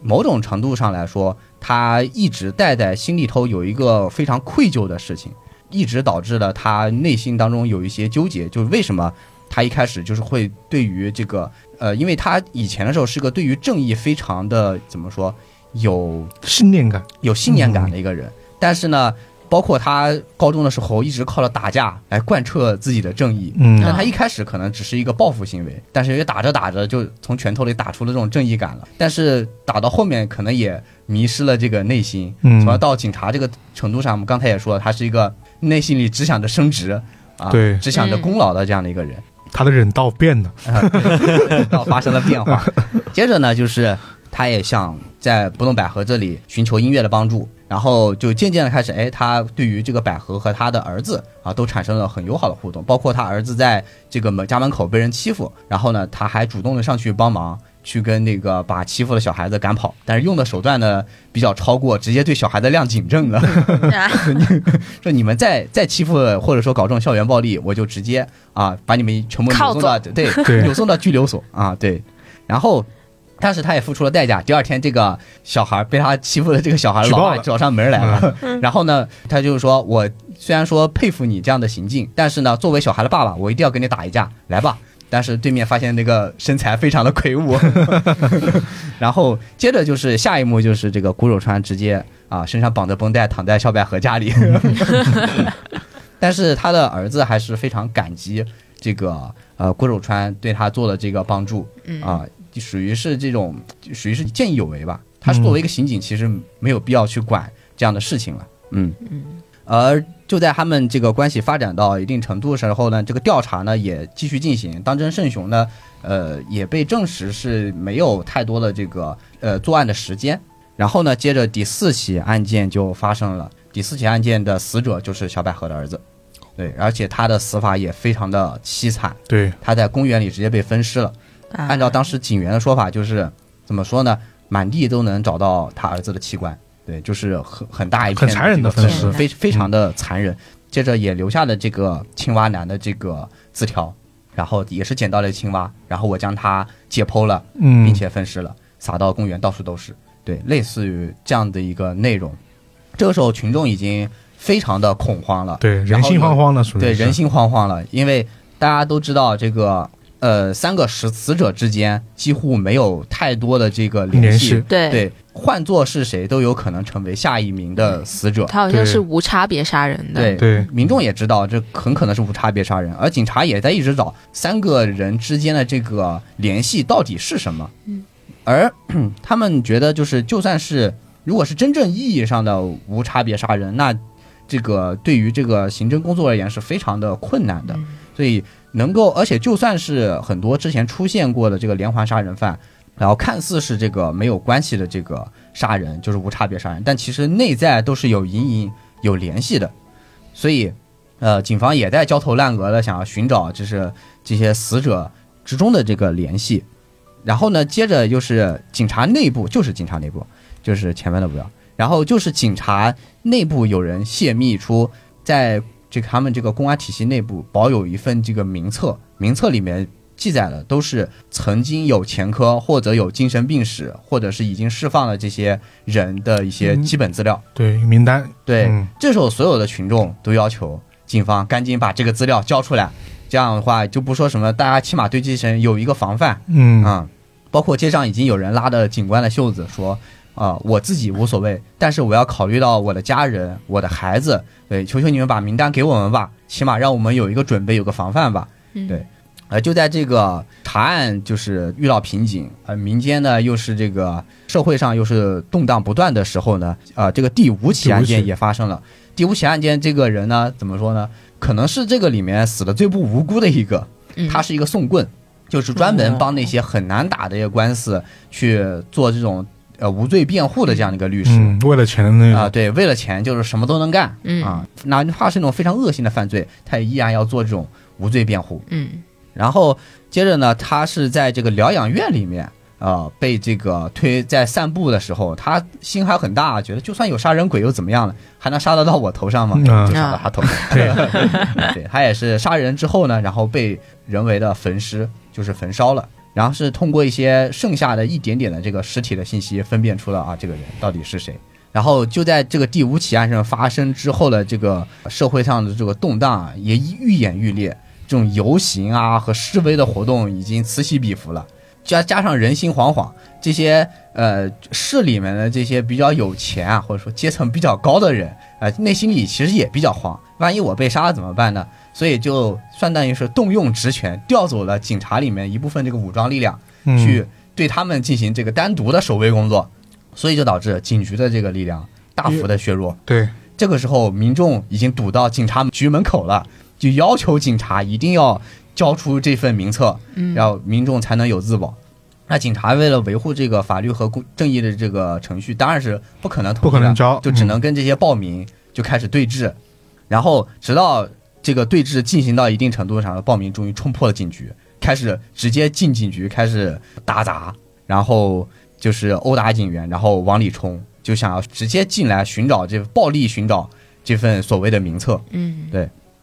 某种程度上来说，他一直带在心里头有一个非常愧疚的事情，一直导致了他内心当中有一些纠结，就是为什么他一开始就是会对于这个呃，因为他以前的时候是个对于正义非常的怎么说有信念感，有信念感的一个人，但是呢，包括他高中的时候一直靠着打架来贯彻自己的正义。嗯但他一开始可能只是一个报复行为，但是也打着打着就从拳头里打出了这种正义感了。但是打到后面可能也迷失了这个内心，嗯从而到警察这个程度上，我们刚才也说了，他是一个内心里只想着升职啊，对只想着功劳的这样的一个人。他的忍道变了，到发生了变化。接着呢，就是他也想在不动百合这里寻求音乐的帮助，然后就渐渐的开始，哎，他对于这个百合和他的儿子啊，都产生了很友好的互动，包括他儿子在这个门家门口被人欺负，然后呢，他还主动的上去帮忙。去跟那个把欺负的小孩子赶跑，但是用的手段呢比较超过，直接对小孩子亮警证了。 *laughs* 啊 *laughs* 说你们再再欺负或者说搞这种校园暴力，我就直接啊把你们全部扭铐送到对对扭送到拘留所啊对，然后。但是他也付出了代价。第二天，这个小孩被他欺负的这个小孩举老报爸了嗯找上门来了。然后呢，他就是说我虽然说佩服你这样的行径，但是呢，作为小孩的爸爸，我一定要跟你打一架，来吧。但是对面发现那个身材非常的 *laughs* 魁梧，然后接着就是下一幕就是这个古守川直接啊身上绑着绷带躺在小百合 *laughs* 家里，但是他的儿子还是非常感激这个呃郭守川对他做的这个帮助啊，就属于是这种属于是见义勇为吧。他是作为一个刑警，其实没有必要去管这样的事情了。嗯嗯。而就在他们这个关系发展到一定程度的时候呢，这个调查呢也继续进行。当真圣雄呢，呃，也被证实是没有太多的这个呃作案的时间。然后呢，接着第四起案件就发生了。第四起案件的死者就是小百合的儿子，对，而且他的死法也非常的凄惨，对，他在公园里直接被分尸了。啊按照当时警员的说法，就是怎么说呢，满地都能找到他儿子的器官，对，就是很很大一片很残忍的这个分尸非非常的残忍。接着也留下了这个青蛙男的这个字条，然后也是捡到了青蛙，然后我将它解剖了，并嗯，且分尸了，撒到公园到处都是。对，类似于这样的一个内容。这个时候群众已经非常的恐慌了，对，然人后心有惶惶的，属于对，是人心惶惶了，因为大家都知道这个呃三个死死者之间几乎没有太多的这个联联系系，对，对，换做是谁都有可能成为下一名的死者。他好像对是无差别杀人的，对，对民众也知道这很可能是无差别杀人，而警察也在一直找三个人之间的这个联系到底是什么。嗯，而 *clears throat* 他们觉得就是，就算是如果是真正意义上的无差别杀人，那这个对于这个刑侦工作而言是非常的困难的。所以能够，而且就算是很多之前出现过的这个连环杀人犯。然后看似是这个没有关系的这个杀人，就是无差别杀人，但其实内在都是有隐隐有联系的。所以，呃，警方也在焦头烂额的想要寻找，就是这些死者之中的这个联系。然后呢，接着就是警察内部，就是警察内部，就是前面的不要。然后就是警察内部有人泄密出，在这个他们这个公安体系内部保有一份这个名册，名册里面记载的都是曾经有前科或者有精神病史，或者是已经释放了这些人的一些嗯基本资料。对名单，对，嗯这时候所有的群众都要求警方赶紧把这个资料交出来，这样的话就不说什么，大家起码对这些人有一个防范嗯啊、包括街上已经有人拉着警官的袖子说。啊、我自己无所谓，但是我要考虑到我的家人、我的孩子，对，求求你们把名单给我们吧，起码让我们有一个准备，有个防范吧。嗯对呃，就在这个查案就是遇到瓶颈，呃，民间呢又是这个社会上又是动荡不断的时候呢，呃，这个第五起案第五件起也发生了。第五起案件这个人呢，怎么说呢？可能是这个里面死的最不无辜的一个，嗯他是一个送棍，就是专门帮那些很难打的一些官司去做这种呃无罪辩护的这样的一个律师。嗯，为了钱的那啊、个，对，为了钱就是什么都能干，嗯啊，哪怕是那种非常恶性的犯罪，他也依然要做这种无罪辩护。嗯然后接着呢，他是在这个疗养院里面，呃，被这个推在散步的时候，他心还很大，觉得就算有杀人鬼又怎么样呢？还能杀得到我头上吗？嗯就杀到他头上。对，对他也是杀人之后呢，然后被人为的焚尸，就是焚烧了。然后是通过一些剩下的一点点的这个尸体的信息，分辨出了啊这个人到底是谁。然后就在这个第五起案上发生之后的这个社会上的这个动荡啊，也愈演愈烈。这种游行啊和示威的活动已经此起彼伏了，加加上人心惶惶，这些呃市里面的这些比较有钱啊，或者说阶层比较高的人，呃内心里其实也比较慌，万一我被杀了怎么办呢？所以就算等于是动用职权，调走了警察里面一部分这个武装力量，嗯，去对他们进行这个单独的守卫工作，所以就导致警局的这个力量大幅的削弱。对，这个时候，民众已经堵到警察局门口了，就要求警察一定要交出这份名册，然后民众才能有自保。那警察为了维护这个法律和公正义的这个程序，当然是不可能同意不的可能交就只能跟这些暴民就开始对峙，然后直到这个对峙进行到一定程度上了，暴民终于冲破了警局，开始直接进警局开始打砸，然后就是殴打警员，然后往里冲，就想要直接进来寻找这暴力寻找这份所谓的名册。嗯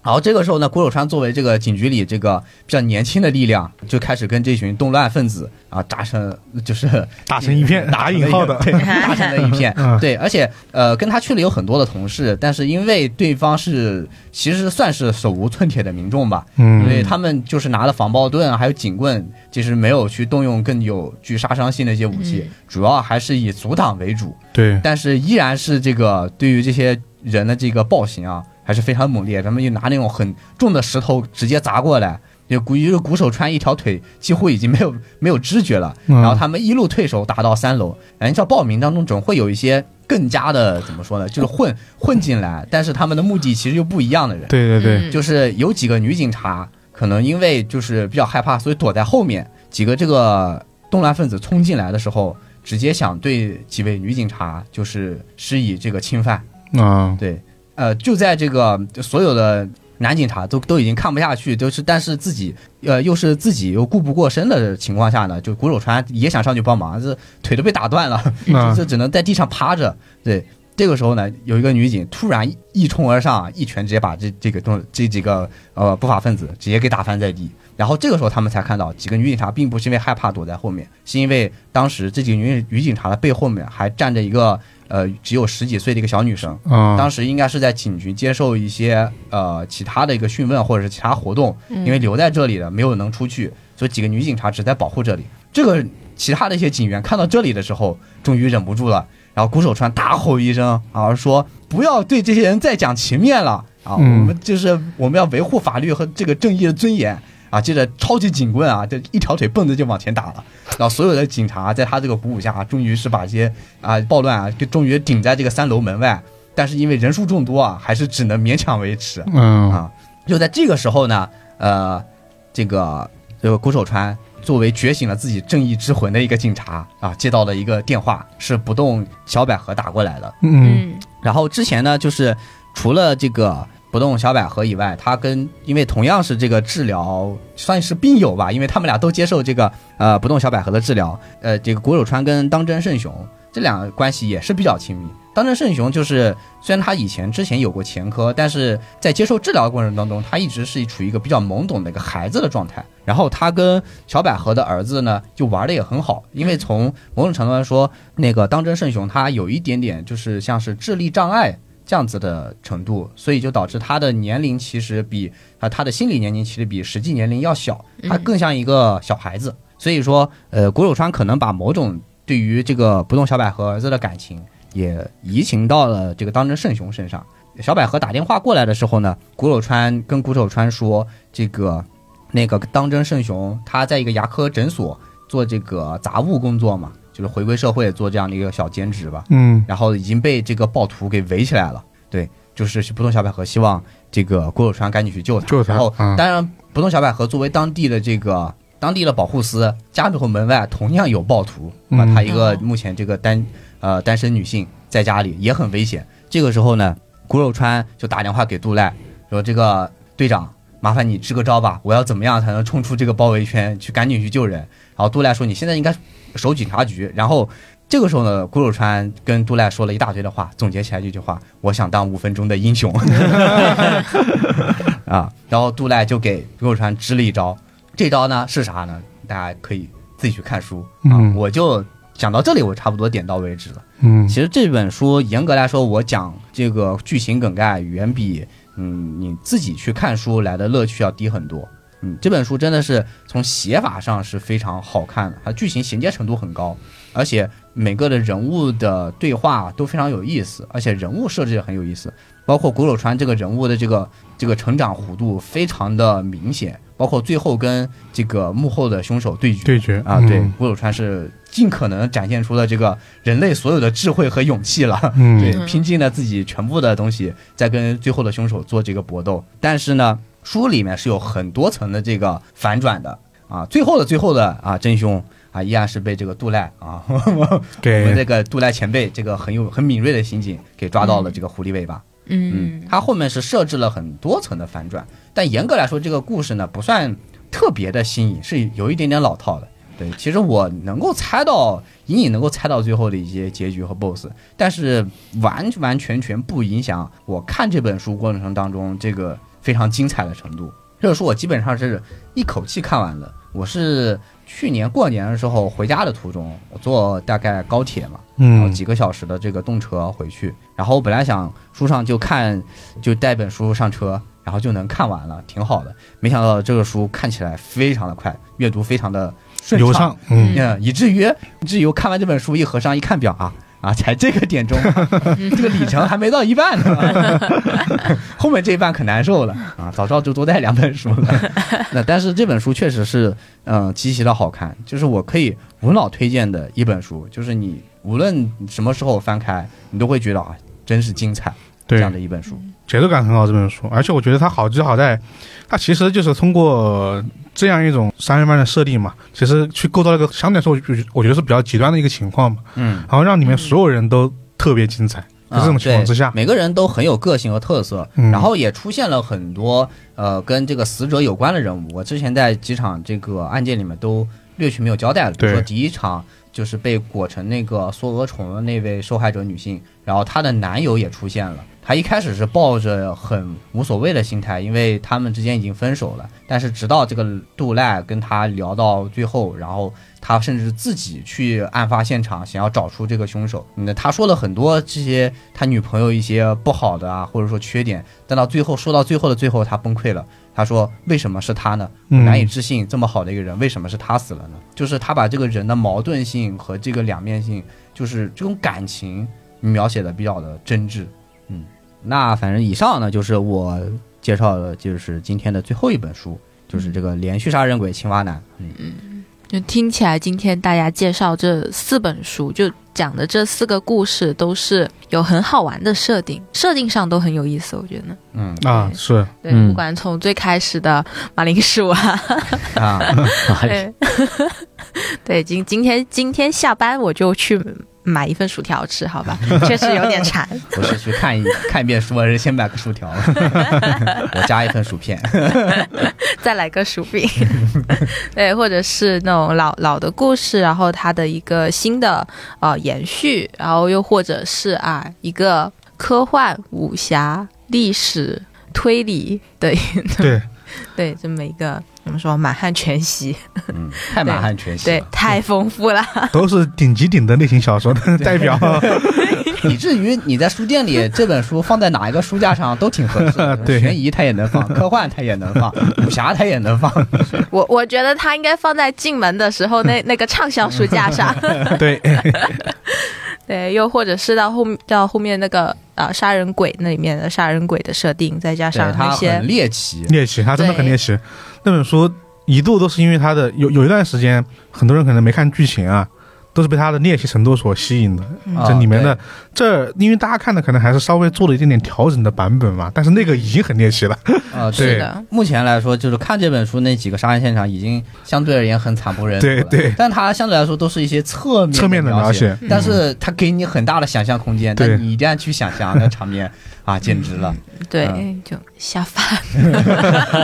然后这个时候呢，郭守川作为这个警局里这个比较年轻的力量，就开始跟这群动乱分子啊打成就是打成一 *laughs* 片，打引号的，对，打成了一片嗯，对，而且呃，跟他去了有很多的同事，但是因为对方是其实算是手无寸铁的民众吧，嗯所以他们就是拿了防爆盾啊还有警棍，其实没有去动用更有具杀伤性的一些武器嗯，主要还是以阻挡为主，对，但是依然是这个对于这些人的这个暴行啊，还是非常猛烈。他们就拿那种很重的石头直接砸过来，也鼓就是鼓手川一条腿几乎已经没有 *laughs* 没有知觉了。嗯然后他们一路退守，打到三楼。哎人家暴民当中总会有一些更加的怎么说呢，就是混混进来，但是他们的目的其实又不一样的人。对对对，嗯就是有几个女警察可能因为就是比较害怕，所以躲在后面。几个这个动乱分子冲进来的时候，直接想对几位女警察就是施以这个侵犯。啊，对，呃，就在这个所有的男警察都都已经看不下去，都是但是自己呃又是自己又顾不过身的情况下呢，就谷守川也想上去帮忙，这腿都被打断了，那 *laughs* 就只能在地上趴着。对，这个时候呢，有一个女警突然一冲而上，一拳直接把这这个动这几个呃不法分子直接给打翻在地。然后这个时候他们才看到，几个女警察并不是因为害怕躲在后面，是因为当时这几个女女警察的背后面还站着一个呃只有十几岁的一个小女生。啊当，时应该是在警局接受一些呃其他的一个讯问或者是其他活动，因为留在这里的没有能出去，所以几个女警察只在保护这里。这个其他的一些警员看到这里的时候，终于忍不住了，然后谷守川大吼一声啊，说不要对这些人再讲情面了啊，我嗯们就是我们要维护法律和这个正义的尊严。啊，接着抄起警棍啊，这一条腿蹦着就往前打了。然后所有的警察在他这个鼓舞下、啊，终于是把这些啊暴乱啊，就终于顶在这个三楼门外。但是因为人数众多啊，还是只能勉强维持。嗯啊，就在这个时候呢，呃，这个这个谷守川作为觉醒了自己正义之魂的一个警察啊，接到了一个电话，是不动小百合打过来的。嗯嗯然后之前呢，就是除了这个呃不动小百合以外，他跟因为同样是这个治疗，算是病友吧，因为他们俩都接受这个呃不动小百合的治疗。呃，这个国手川跟当真胜雄这俩关系也是比较亲密。当真胜雄就是虽然他以前之前有过前科，但是在接受治疗的过程当中，他一直是处于一个比较懵懂的一个孩子的状态。然后他跟小百合的儿子呢，就玩的也很好，因为从某种程度来说，那个当真胜雄他有一点点就是像是智力障碍这这样子的程度，所以就导致他的年龄其实比啊他的心理年龄其实比实际年龄要小，嗯他更像一个小孩子。所以说，呃，谷有川可能把某种对于这个不动小百合儿子的感情也移情到了这个当真圣雄身上。小百合打电话过来的时候呢，谷有川跟谷守川说，这个那个当真圣雄他在一个牙科诊所做这个杂务工作嘛，就是回归社会做这样的一个小兼职吧。嗯，然后已经被这个暴徒给围起来了。对，就是不动小百合希望这个郭有川赶紧去救他。救他然后嗯当然，不动小百合作为当地的这个当地的保护司，家门口门外同样有暴徒，嗯把她一个哦目前这个单呃单身女性在家里也很危险。这个时候呢，郭有川就打电话给杜赖说：“这个队长，麻烦你支个招吧，我要怎么样才能冲出这个包围圈，去赶紧去救人？”然后杜赖说：“你现在应该守警察局。”然后这个时候呢，郭守川跟杜赖说了一大堆的话，总结起来一句话：“我想当五分钟的英雄。” *laughs* 啊，然后杜赖就给郭守川支了一招，这招呢是啥呢？大家可以自己去看书啊。嗯我就讲到这里，我差不多点到为止了。嗯其实这本书严格来说，我讲这个剧情梗概远比嗯你自己去看书来的乐趣要低很多。嗯，这本书真的是从写法上是非常好看的，它剧情衔接程度很高，而且每个的人物的对话都非常有意思，而且人物设置也很有意思，包括古柳川这个人物的这个这个成长弧度非常的明显，包括最后跟这个幕后的凶手对决，对决啊，对嗯，郭有川是尽可能展现出了这个人类所有的智慧和勇气了。 *laughs* 嗯对，拼尽了自己全部的东西，在跟最后的凶手做这个搏斗。但是呢，书里面是有很多层的这个反转的啊。最后的最后的啊，真凶啊，依然是被这个杜赖啊， *laughs* 我们给这个杜赖前辈这个很有很敏锐的刑警给抓到了这个狐狸尾巴。嗯嗯，它后面是设置了很多层的反转，但严格来说，这个故事呢不算特别的新颖，是有一点点老套的。对，其实我能够猜到，隐隐能够猜到最后的一些结局和 BOSS，但是完完全全不影响我看这本书过程当中这个非常精彩的程度。这本书我基本上是一口气看完的，我是去年过年的时候回家的途中，我坐大概高铁嘛，然后嗯几个小时的这个动车回去。然后我本来想书上就看，就带本书上车，然后就能看完了，挺好的。没想到这个书看起来非常的快，阅读非常的顺流畅，嗯嗯，以至于以至于我看完这本书一合上一看表啊啊，才这个点钟，啊这个里程还没到一半呢， *laughs* 后面这一半可难受了啊！早知道就多带两本书了。 *laughs* 那但是这本书确实是嗯、呃极其的好看，就是我可以无脑推荐的一本书，就是你无论什么时候翻开，你都会觉得啊，真是精彩这对样的一本书。节奏感很好这本书，而且我觉得它好就好在，它其实就是通过这样一种三人番的设定嘛，其实去构造了一个相对来说我觉得我觉得是比较极端的一个情况嘛，嗯，然后让里面所有人都特别精彩，在这种情况之啊下对，每个人都很有个性和特色，嗯然后也出现了很多呃跟这个死者有关的人物。我之前在几场这个案件里面都略去没有交代了，比如说对第一场就是被裹成那个缩蛾虫的那位受害者女性，然后她的男友也出现了。她一开始是抱着很无所谓的心态，因为他们之间已经分手了。但是直到这个杜赖跟她聊到最后，然后他甚至自己去案发现场，想要找出这个凶手。那他说了很多这些他女朋友一些不好的啊，或者说缺点，但到最后说到最后的最后，他崩溃了。他说：“为什么是他呢？我嗯难以置信，这么好的一个人，为什么是他死了呢？”就是他把这个人的矛盾性和这个两面性，就是这种感情描写的比较的真挚。嗯，那反正以上呢，就是我介绍的，就是今天的最后一本书，就是这个《连续杀人鬼青蛙男》。嗯。就听起来今天大家介绍这四本书，就讲的这四个故事都是有很好玩的设定，设定上都很有意思，我觉得。嗯啊是对，嗯不管从最开始的马铃薯啊，啊，哎， *laughs* 对，对，今今天今天下班我就去买一份薯条吃，好吧？确实有点馋。 *laughs* 我是去看一看一遍书，还是先买个薯条？ *laughs* 我加一份薯片。 *laughs* 再来个薯饼， *laughs* 对，或者是那种老老的故事，然后它的一个新的呃延续，然后又或者是啊一个科幻、武侠、历史、推理，对对， *laughs* 对，这么一个怎么说满汉全席，嗯，太满 *laughs* 汉全席对了，。太丰富了， *laughs* 都是顶级顶的类型小说的代表，以至于你在书店里这本书放在哪一个书架上都挺合适的 *laughs* 对悬疑它也能放，科幻它也能放，武侠它也能放。 *laughs* 我我觉得它应该放在进门的时 *laughs* 候那那个畅销书架上，对，对，又或者是到后到后面那个呃杀人鬼那里面的杀人鬼的设定，再加对上它那些很猎奇，猎奇，他真的很猎奇。那本书一度都是因为他的有有一段时间，很多人可能没看剧情啊，都是被他的猎奇程度所吸引的。啊这里面的这，因为大家看的可能还是稍微做了一点点调整的版本嘛，但是那个已经很猎奇了。 *laughs* 对对啊，是的，目前来说，就是看这本书那几个杀人现场已经相对而言很惨不忍睹对了。对，但它相对来说都是一些侧面侧面的描描写，嗯但是它给你很大的想象空间。对但你一旦去想象那场面啊，简直了！对，嗯就下饭， *laughs*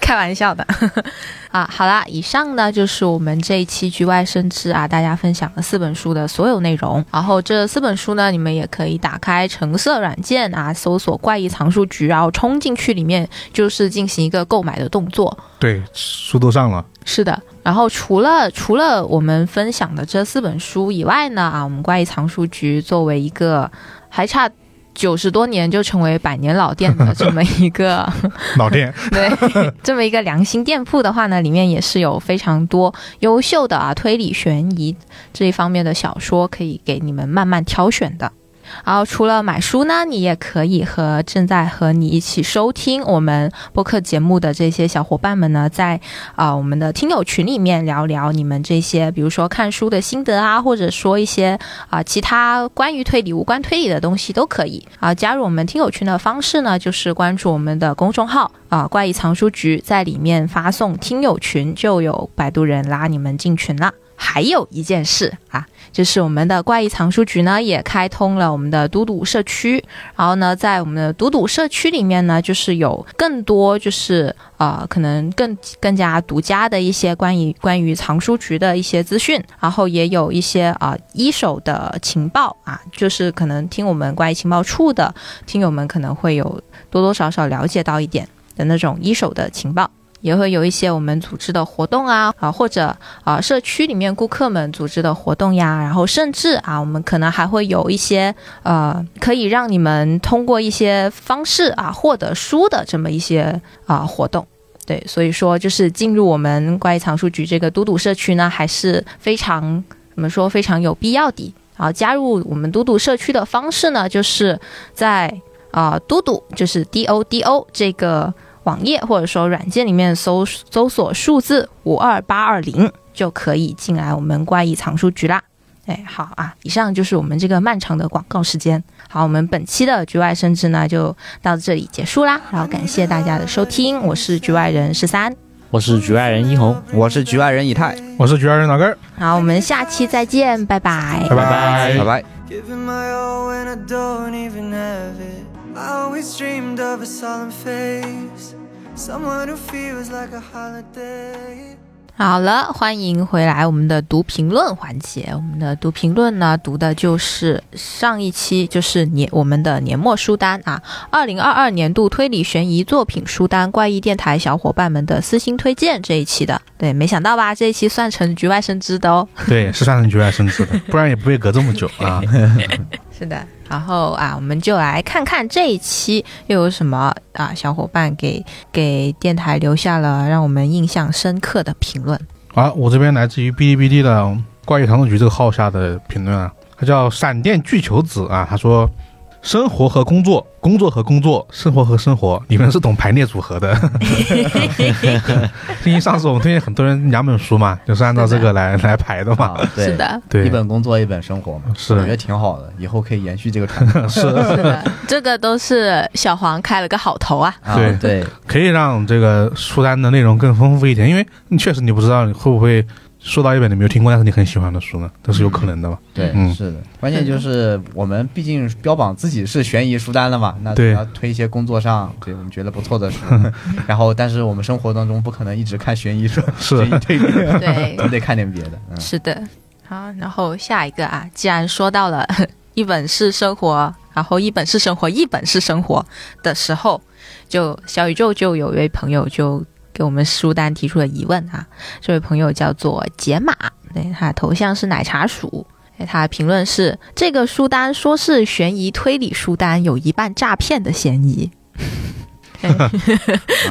开玩笑的 *laughs* 啊。好啦，以上呢就是我们这一期局外生枝啊，大家分享了四本书的所有内容。然后这四本书呢，你们也可以打开橙色软件啊，搜索“怪异藏书局”，然后冲进去里面就是进行一个购买的动作。对，书都上了，是的，然后除了除了我们分享的这四本书以外呢，啊，我们怪异藏书局作为一个还差九十多年就成为百年老店的这么一个老店 *laughs* 对这么一个良心店铺的话呢，里面也是有非常多优秀的啊推理悬疑这一方面的小说可以给你们慢慢挑选的。然后除了买书呢，你也可以和正在和你一起收听我们播客节目的这些小伙伴们呢，在啊、我们的听友群里面聊聊你们这些，比如说看书的心得啊，或者说一些啊、其他关于推理无关推理的东西都可以啊、加入我们听友群的方式呢，就是关注我们的公众号啊、怪异藏书局”，在里面发送“听友群”，就有摆渡人拉你们进群啦。还有一件事啊，就是我们的怪异藏书局呢也开通了我们的嘟嘟社区，然后呢，在我们的读读社区里面呢，就是有更多就是呃，可能更更加独家的一些关于关于藏书局的一些资讯，然后也有一些啊、呃一手的情报啊，就是可能听我们关于情报处的听友们可能会有多多少少了解到一点的那种一手的情报。也会有一些我们组织的活动啊，啊或者啊社区里面顾客们组织的活动呀，然后甚至啊我们可能还会有一些呃，可以让你们通过一些方式啊获得书的这么一些啊、活动。对，所以说就是进入我们关于藏书局这个嘟嘟社区呢，还是非常怎么说非常有必要的。然后加入我们嘟嘟社区的方式呢，就是在啊、嘟嘟就是 D O D O 这个网页或者说软件里面搜搜索数字五二八二零就可以进来我们怪异藏书局啦。哎，好啊，以上就是我们这个漫长的广告时间。好，我们本期的局外生枝呢就到这里结束啦。然后感谢大家的收听，我是局外人十三， *laughs* 我是局外人殷红，我是局外人以太， *laughs* 我是局外人老根儿，好，我们下期再见，拜拜。拜拜拜。拜。 Giving my all when I don't even have it. I always dreamed of a solemn face, someone who feels like a holiday. 好了，欢迎回来我们的读评论环节。我们的读评论呢，读的就是上一期就是年我们的年末书单啊，二零二二年度推理悬疑作品书单，怪异电台小伙伴们的私心推荐这一期的。对，没想到吧，这一期算成局外生枝的哦。对，是算是局外生枝的，不然也不会隔这么久啊。是的，然后啊，我们就来看看这一期又有什么啊小伙伴给给电台留下了让我们印象深刻的评论。好，啊我这边来自于哔哩哔哩的怪异糖醋局这个号下的评论啊，他叫闪电巨球子啊，他说生活和工作，工作和工作，生活和生活，你们是懂排列组合 *laughs* 的。因为上次我们推荐很多人两本书嘛，就是按照这个来来排的嘛。啊，对是，的，对，一本工作一本生活嘛，是我觉得挺好的，以后可以延续这个传 *laughs* 统。是的， *laughs* 这个都是小黄开了个好头啊。啊对对，可以让这个书单的内容更丰富一点，因为你确实你不知道你会不会说到一本你没有听过但是你很喜欢的书呢，都是有可能的嘛。对，嗯是的，关键就是我们毕竟标榜自己是悬疑书单了嘛，那对要推一些工作上对我们觉得不错 *laughs* 的书，然后但是我们生活当中不可能一直看悬疑书，是 *laughs* 悬疑推 *laughs* 理， *laughs* 对，总得看点别的。嗯，是的。好，然后下一个啊，既然说到了一本是生活，然后一本是生活，一本是生活的时候，就小宇宙就有一位朋友就给我们书单提出了疑问啊。这位朋友叫做解码，对，他的头像是奶茶鼠。哎他的评论是：这个书单说是悬疑推理书单，有一半诈骗的嫌疑。啊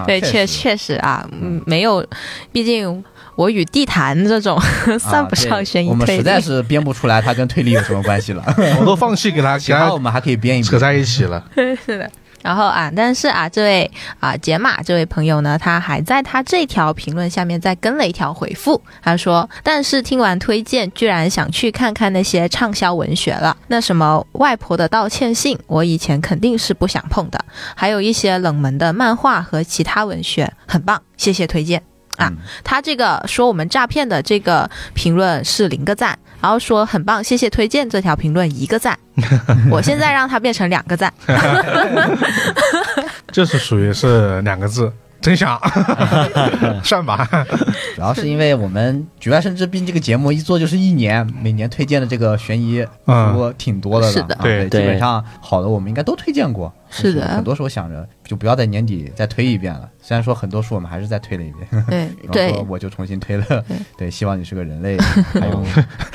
对，确实确实啊，嗯，没有，毕竟我与地坛这种 *laughs* 算不啊上对悬疑我们推实在理。是编不出来它跟推理有什么 *laughs* 关系了。我都放弃给他其给他他我们还可以编一扯编。在一起了。然后啊，但是啊，这位啊解码这位朋友呢，他还在他这条评论下面再跟了一条回复，他说：“但是听完推荐，居然想去看看那些畅销文学了。那什么外婆的道歉信，我以前肯定是不想碰的，还有一些冷门的漫画和其他文学，很棒，谢谢推荐。”啊嗯，他这个说我们诈骗的这个评论是零个赞，然后说很棒，谢谢推荐这条评论一个赞，我现在让它变成两个赞，这是属于是两个字，真香，算吧。主要是因为我们《局外生之冰》这个节目一做就是一年，每年推荐的这这个悬疑书嗯挺多的了。是的啊对基本对上好的我们应该都推荐过。是的但很多时候想着就不要在年底再推一遍了。虽然说很多书我们还是再推了一 *laughs* 遍，*laughs* 对然后对我就重新推了对。对，希望你是个 *laughs* 人类，还有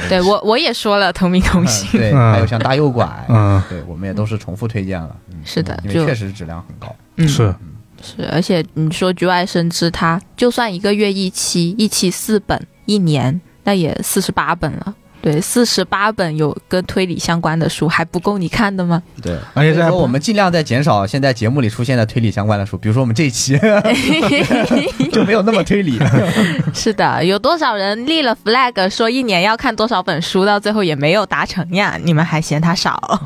对，我我也说了同名同姓，对，嗯还有像大右拐，嗯，对，我们也都是重复推荐了。嗯 *laughs* 是的因就为确实质量很高。嗯是是，而且你说局外生枝，它就算一个月一期，一期四本，一年那也四十八本了。对，四十八本有跟推理相关的书还不够你看 *laughs* 的吗？ *laughs* 对，而且在说我们尽量在减少现在节目里出现的推理相关的书，比如说我们这一期 *laughs* 就没有那么推理。是的，有多少人立了 flag 说一年要看多少本书，到最后也没有达成呀？你们还嫌它 Oh 少？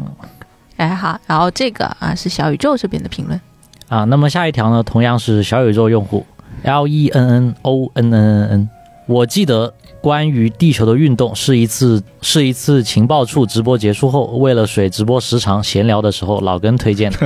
哎好，然后这个啊是小宇宙这边的评论，啊。那么下一条呢，同样是小宇宙用户 L E N N O N N N N。我记得关于地球的运动是一次是一次情报处直播结束后，为了水直播时长闲聊的时候，老根推荐的。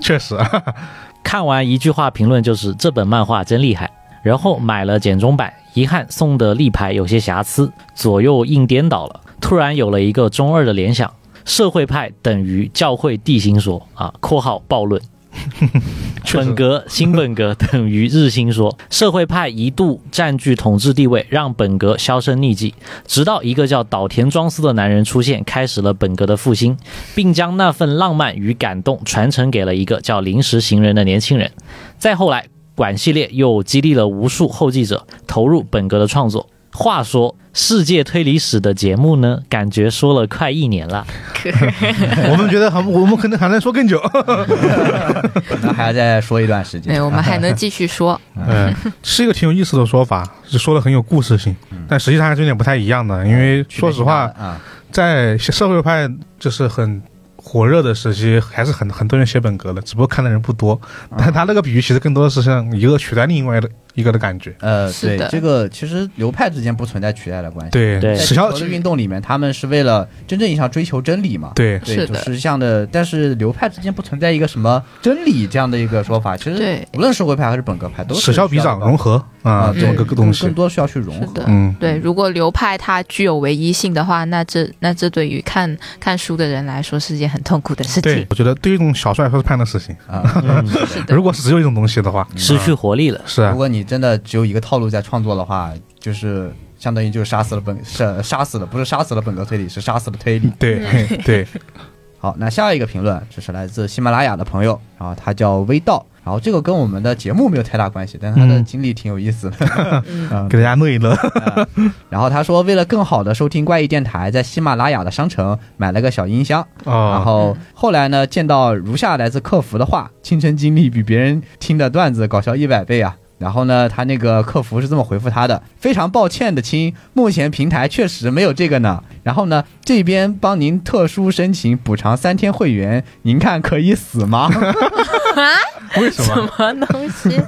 确实， *laughs* 看完一句话评论就是这本漫画真厉害，然后买了简中版，遗憾送的立牌有些瑕疵，左右硬颠倒了。突然有了一个中二的联想：社会派等于教会地心说啊 *laughs* （括号暴论）。确实本格、新本格等于日心说，社会派一度占据统治地位，让本格销声匿迹，直到一个叫岛田庄司的男人出现，开始了本格的复兴。并将那份浪漫与感动传承给了一个叫临时行人的年轻人。再后来，管系列又激励了无数后继者投入本格的创作。话说，世界推理史的节目呢，感觉说了快一年了。我们觉得很，我们可能还能说更久。可能还要再说一段时间。对，我们还能继续 *laughs* 说，嗯，是一个挺有意思的说法，是说的很有故事性，但实际上还是有点不太一样的。因为说实话，啊，在社会派就是很火热的时期，还是很很多人写本格的，只不过看的人不多。但他那个比喻其实更多的是像一个取代另外的一个的感觉。呃，是对的，这个其实流派之间不存在取代的关系。对对在史地小球的运动里面，他们是为了真正意义上追求真理嘛？对对，是就的是像的，但是流派之间不存在一个什么真理这样的一个说法。其实对无论社会派还是本格派，都是史校需比要长的融合啊，对这么个个东西更。多需要去融是合的。。嗯，对，如果流派它具有唯一性的话，那这那这对于看看书的人来说是件很痛苦的事对情，。我觉得对于一种小说来说是判的事情。啊， *laughs* 对如果是只有一种东西的话，嗯失去活力了。是啊如果你真的只有一个套路在创作的话，就是相当于就是杀死了本杀杀死了，不是杀死了本格推理，是杀死了推理。对对， *laughs* 好，那下一个评论，这是来自喜马拉雅的朋友，然后他叫微道，然后这个跟我们的节目没有太大关系，但他的嗯经历挺有意思的。嗯给大家乐一 *laughs* 乐。然后他说，为了更好的收听怪异电台，在喜马拉雅的商城买了个小音箱，然哦，后后来呢，见到如下来自客服的话：亲身经历比别人听的段子搞笑一百倍啊。然后呢，他那个客服是这么回复他的：非常抱歉的亲，目前平台确实没有这个呢。然后呢，这边帮您特殊申请补偿三天会员，您看可以死吗？*laughs* 为什么？什么东西？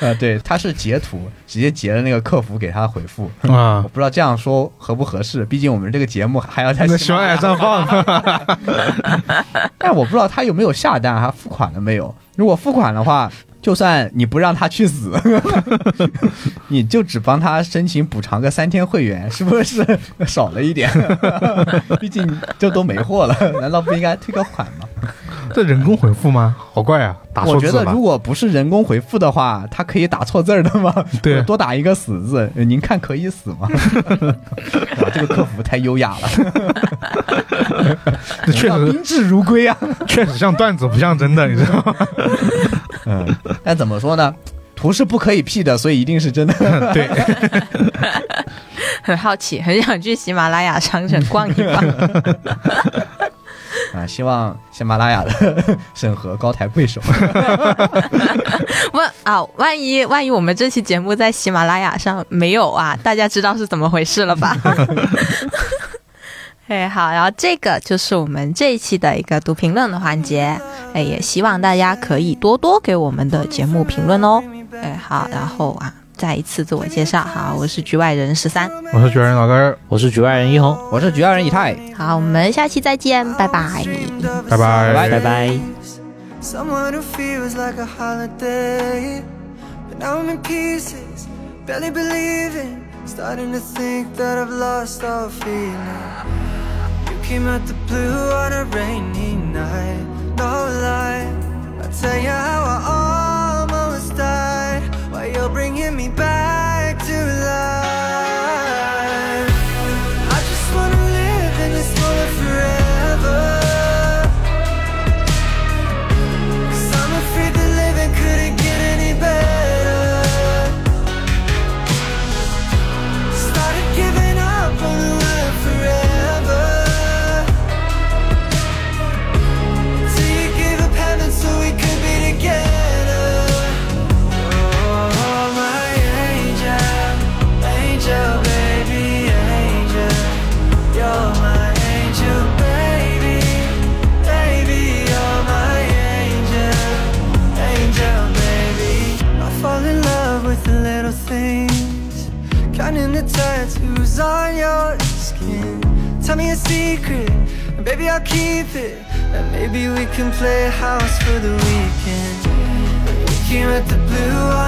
呃，对，他是截图，直接截了那个客服给他的回复。啊我，不知道这样说合不合适，毕竟我们这个节目还要在那喜喜马马拉拉雅雅绽放， *laughs* 但我不知道他有没有下单，还付款了没有。如果付款的话，就算你不让他去死， *laughs* 你就只帮他申请补偿个三天会员，是不是 *laughs* 少了一点？毕竟这都没货了，难道不应该退个款吗？这人工回复吗？好怪啊，打我错觉字得了如。果不是人工回复的话，它可以打错字儿的 *laughs* 吗？对多打一个死字，呃您看可以死吗？ *laughs* 哇这个客服太优雅了， *laughs* 这确要实宾至如归啊。 *laughs* 确实像段子，不像真的，你知道吗？ *laughs* 嗯，但怎么说呢？图是不可以 P 的，所以一定是真的。 *laughs* *laughs* 对， *laughs* 很好奇，很想去喜马拉雅商城逛一逛。啊，希望喜马拉雅的 *laughs* 审核高抬贵手。 *laughs* 万啊，万一万一我们这期节目在喜马拉雅上没有啊，大家知道是怎么回事了吧？ *laughs* 哎，好，然后这个就是我们这一期的一个读评论的环节，哎，也希望大家可以多多给我们的节目评论哦。哎，好，然后啊，再一次自我介绍，好，我是局外人十三，我是觉得老根儿，我是局外人一红，我是局外人以太，好，我们下期再见，拜拜。拜拜拜拜拜。 Someone who feels like a holiday. But now I'm in pieces, barely believing. Starting to think that I've lost all feeling. You came out the blue on a rainy night. No lie, I'll tell you how I almost died. Why you're bringing me back to life. I just wanna live in this moment forever. Cause I'm afraid the living couldn't get any better. Started giving up on the world forever. Till you gave up heaven so we could be together. Oh, my angel, angel, baby, angel. You're my angel, baby, baby, you're my angel angel, baby. I fall in love with the little things, counting the tattoos on your skin. Tell me a secret, and baby, I'll keep it. And maybe we can play house for the weekend. We came at the blue on Oh, Oh,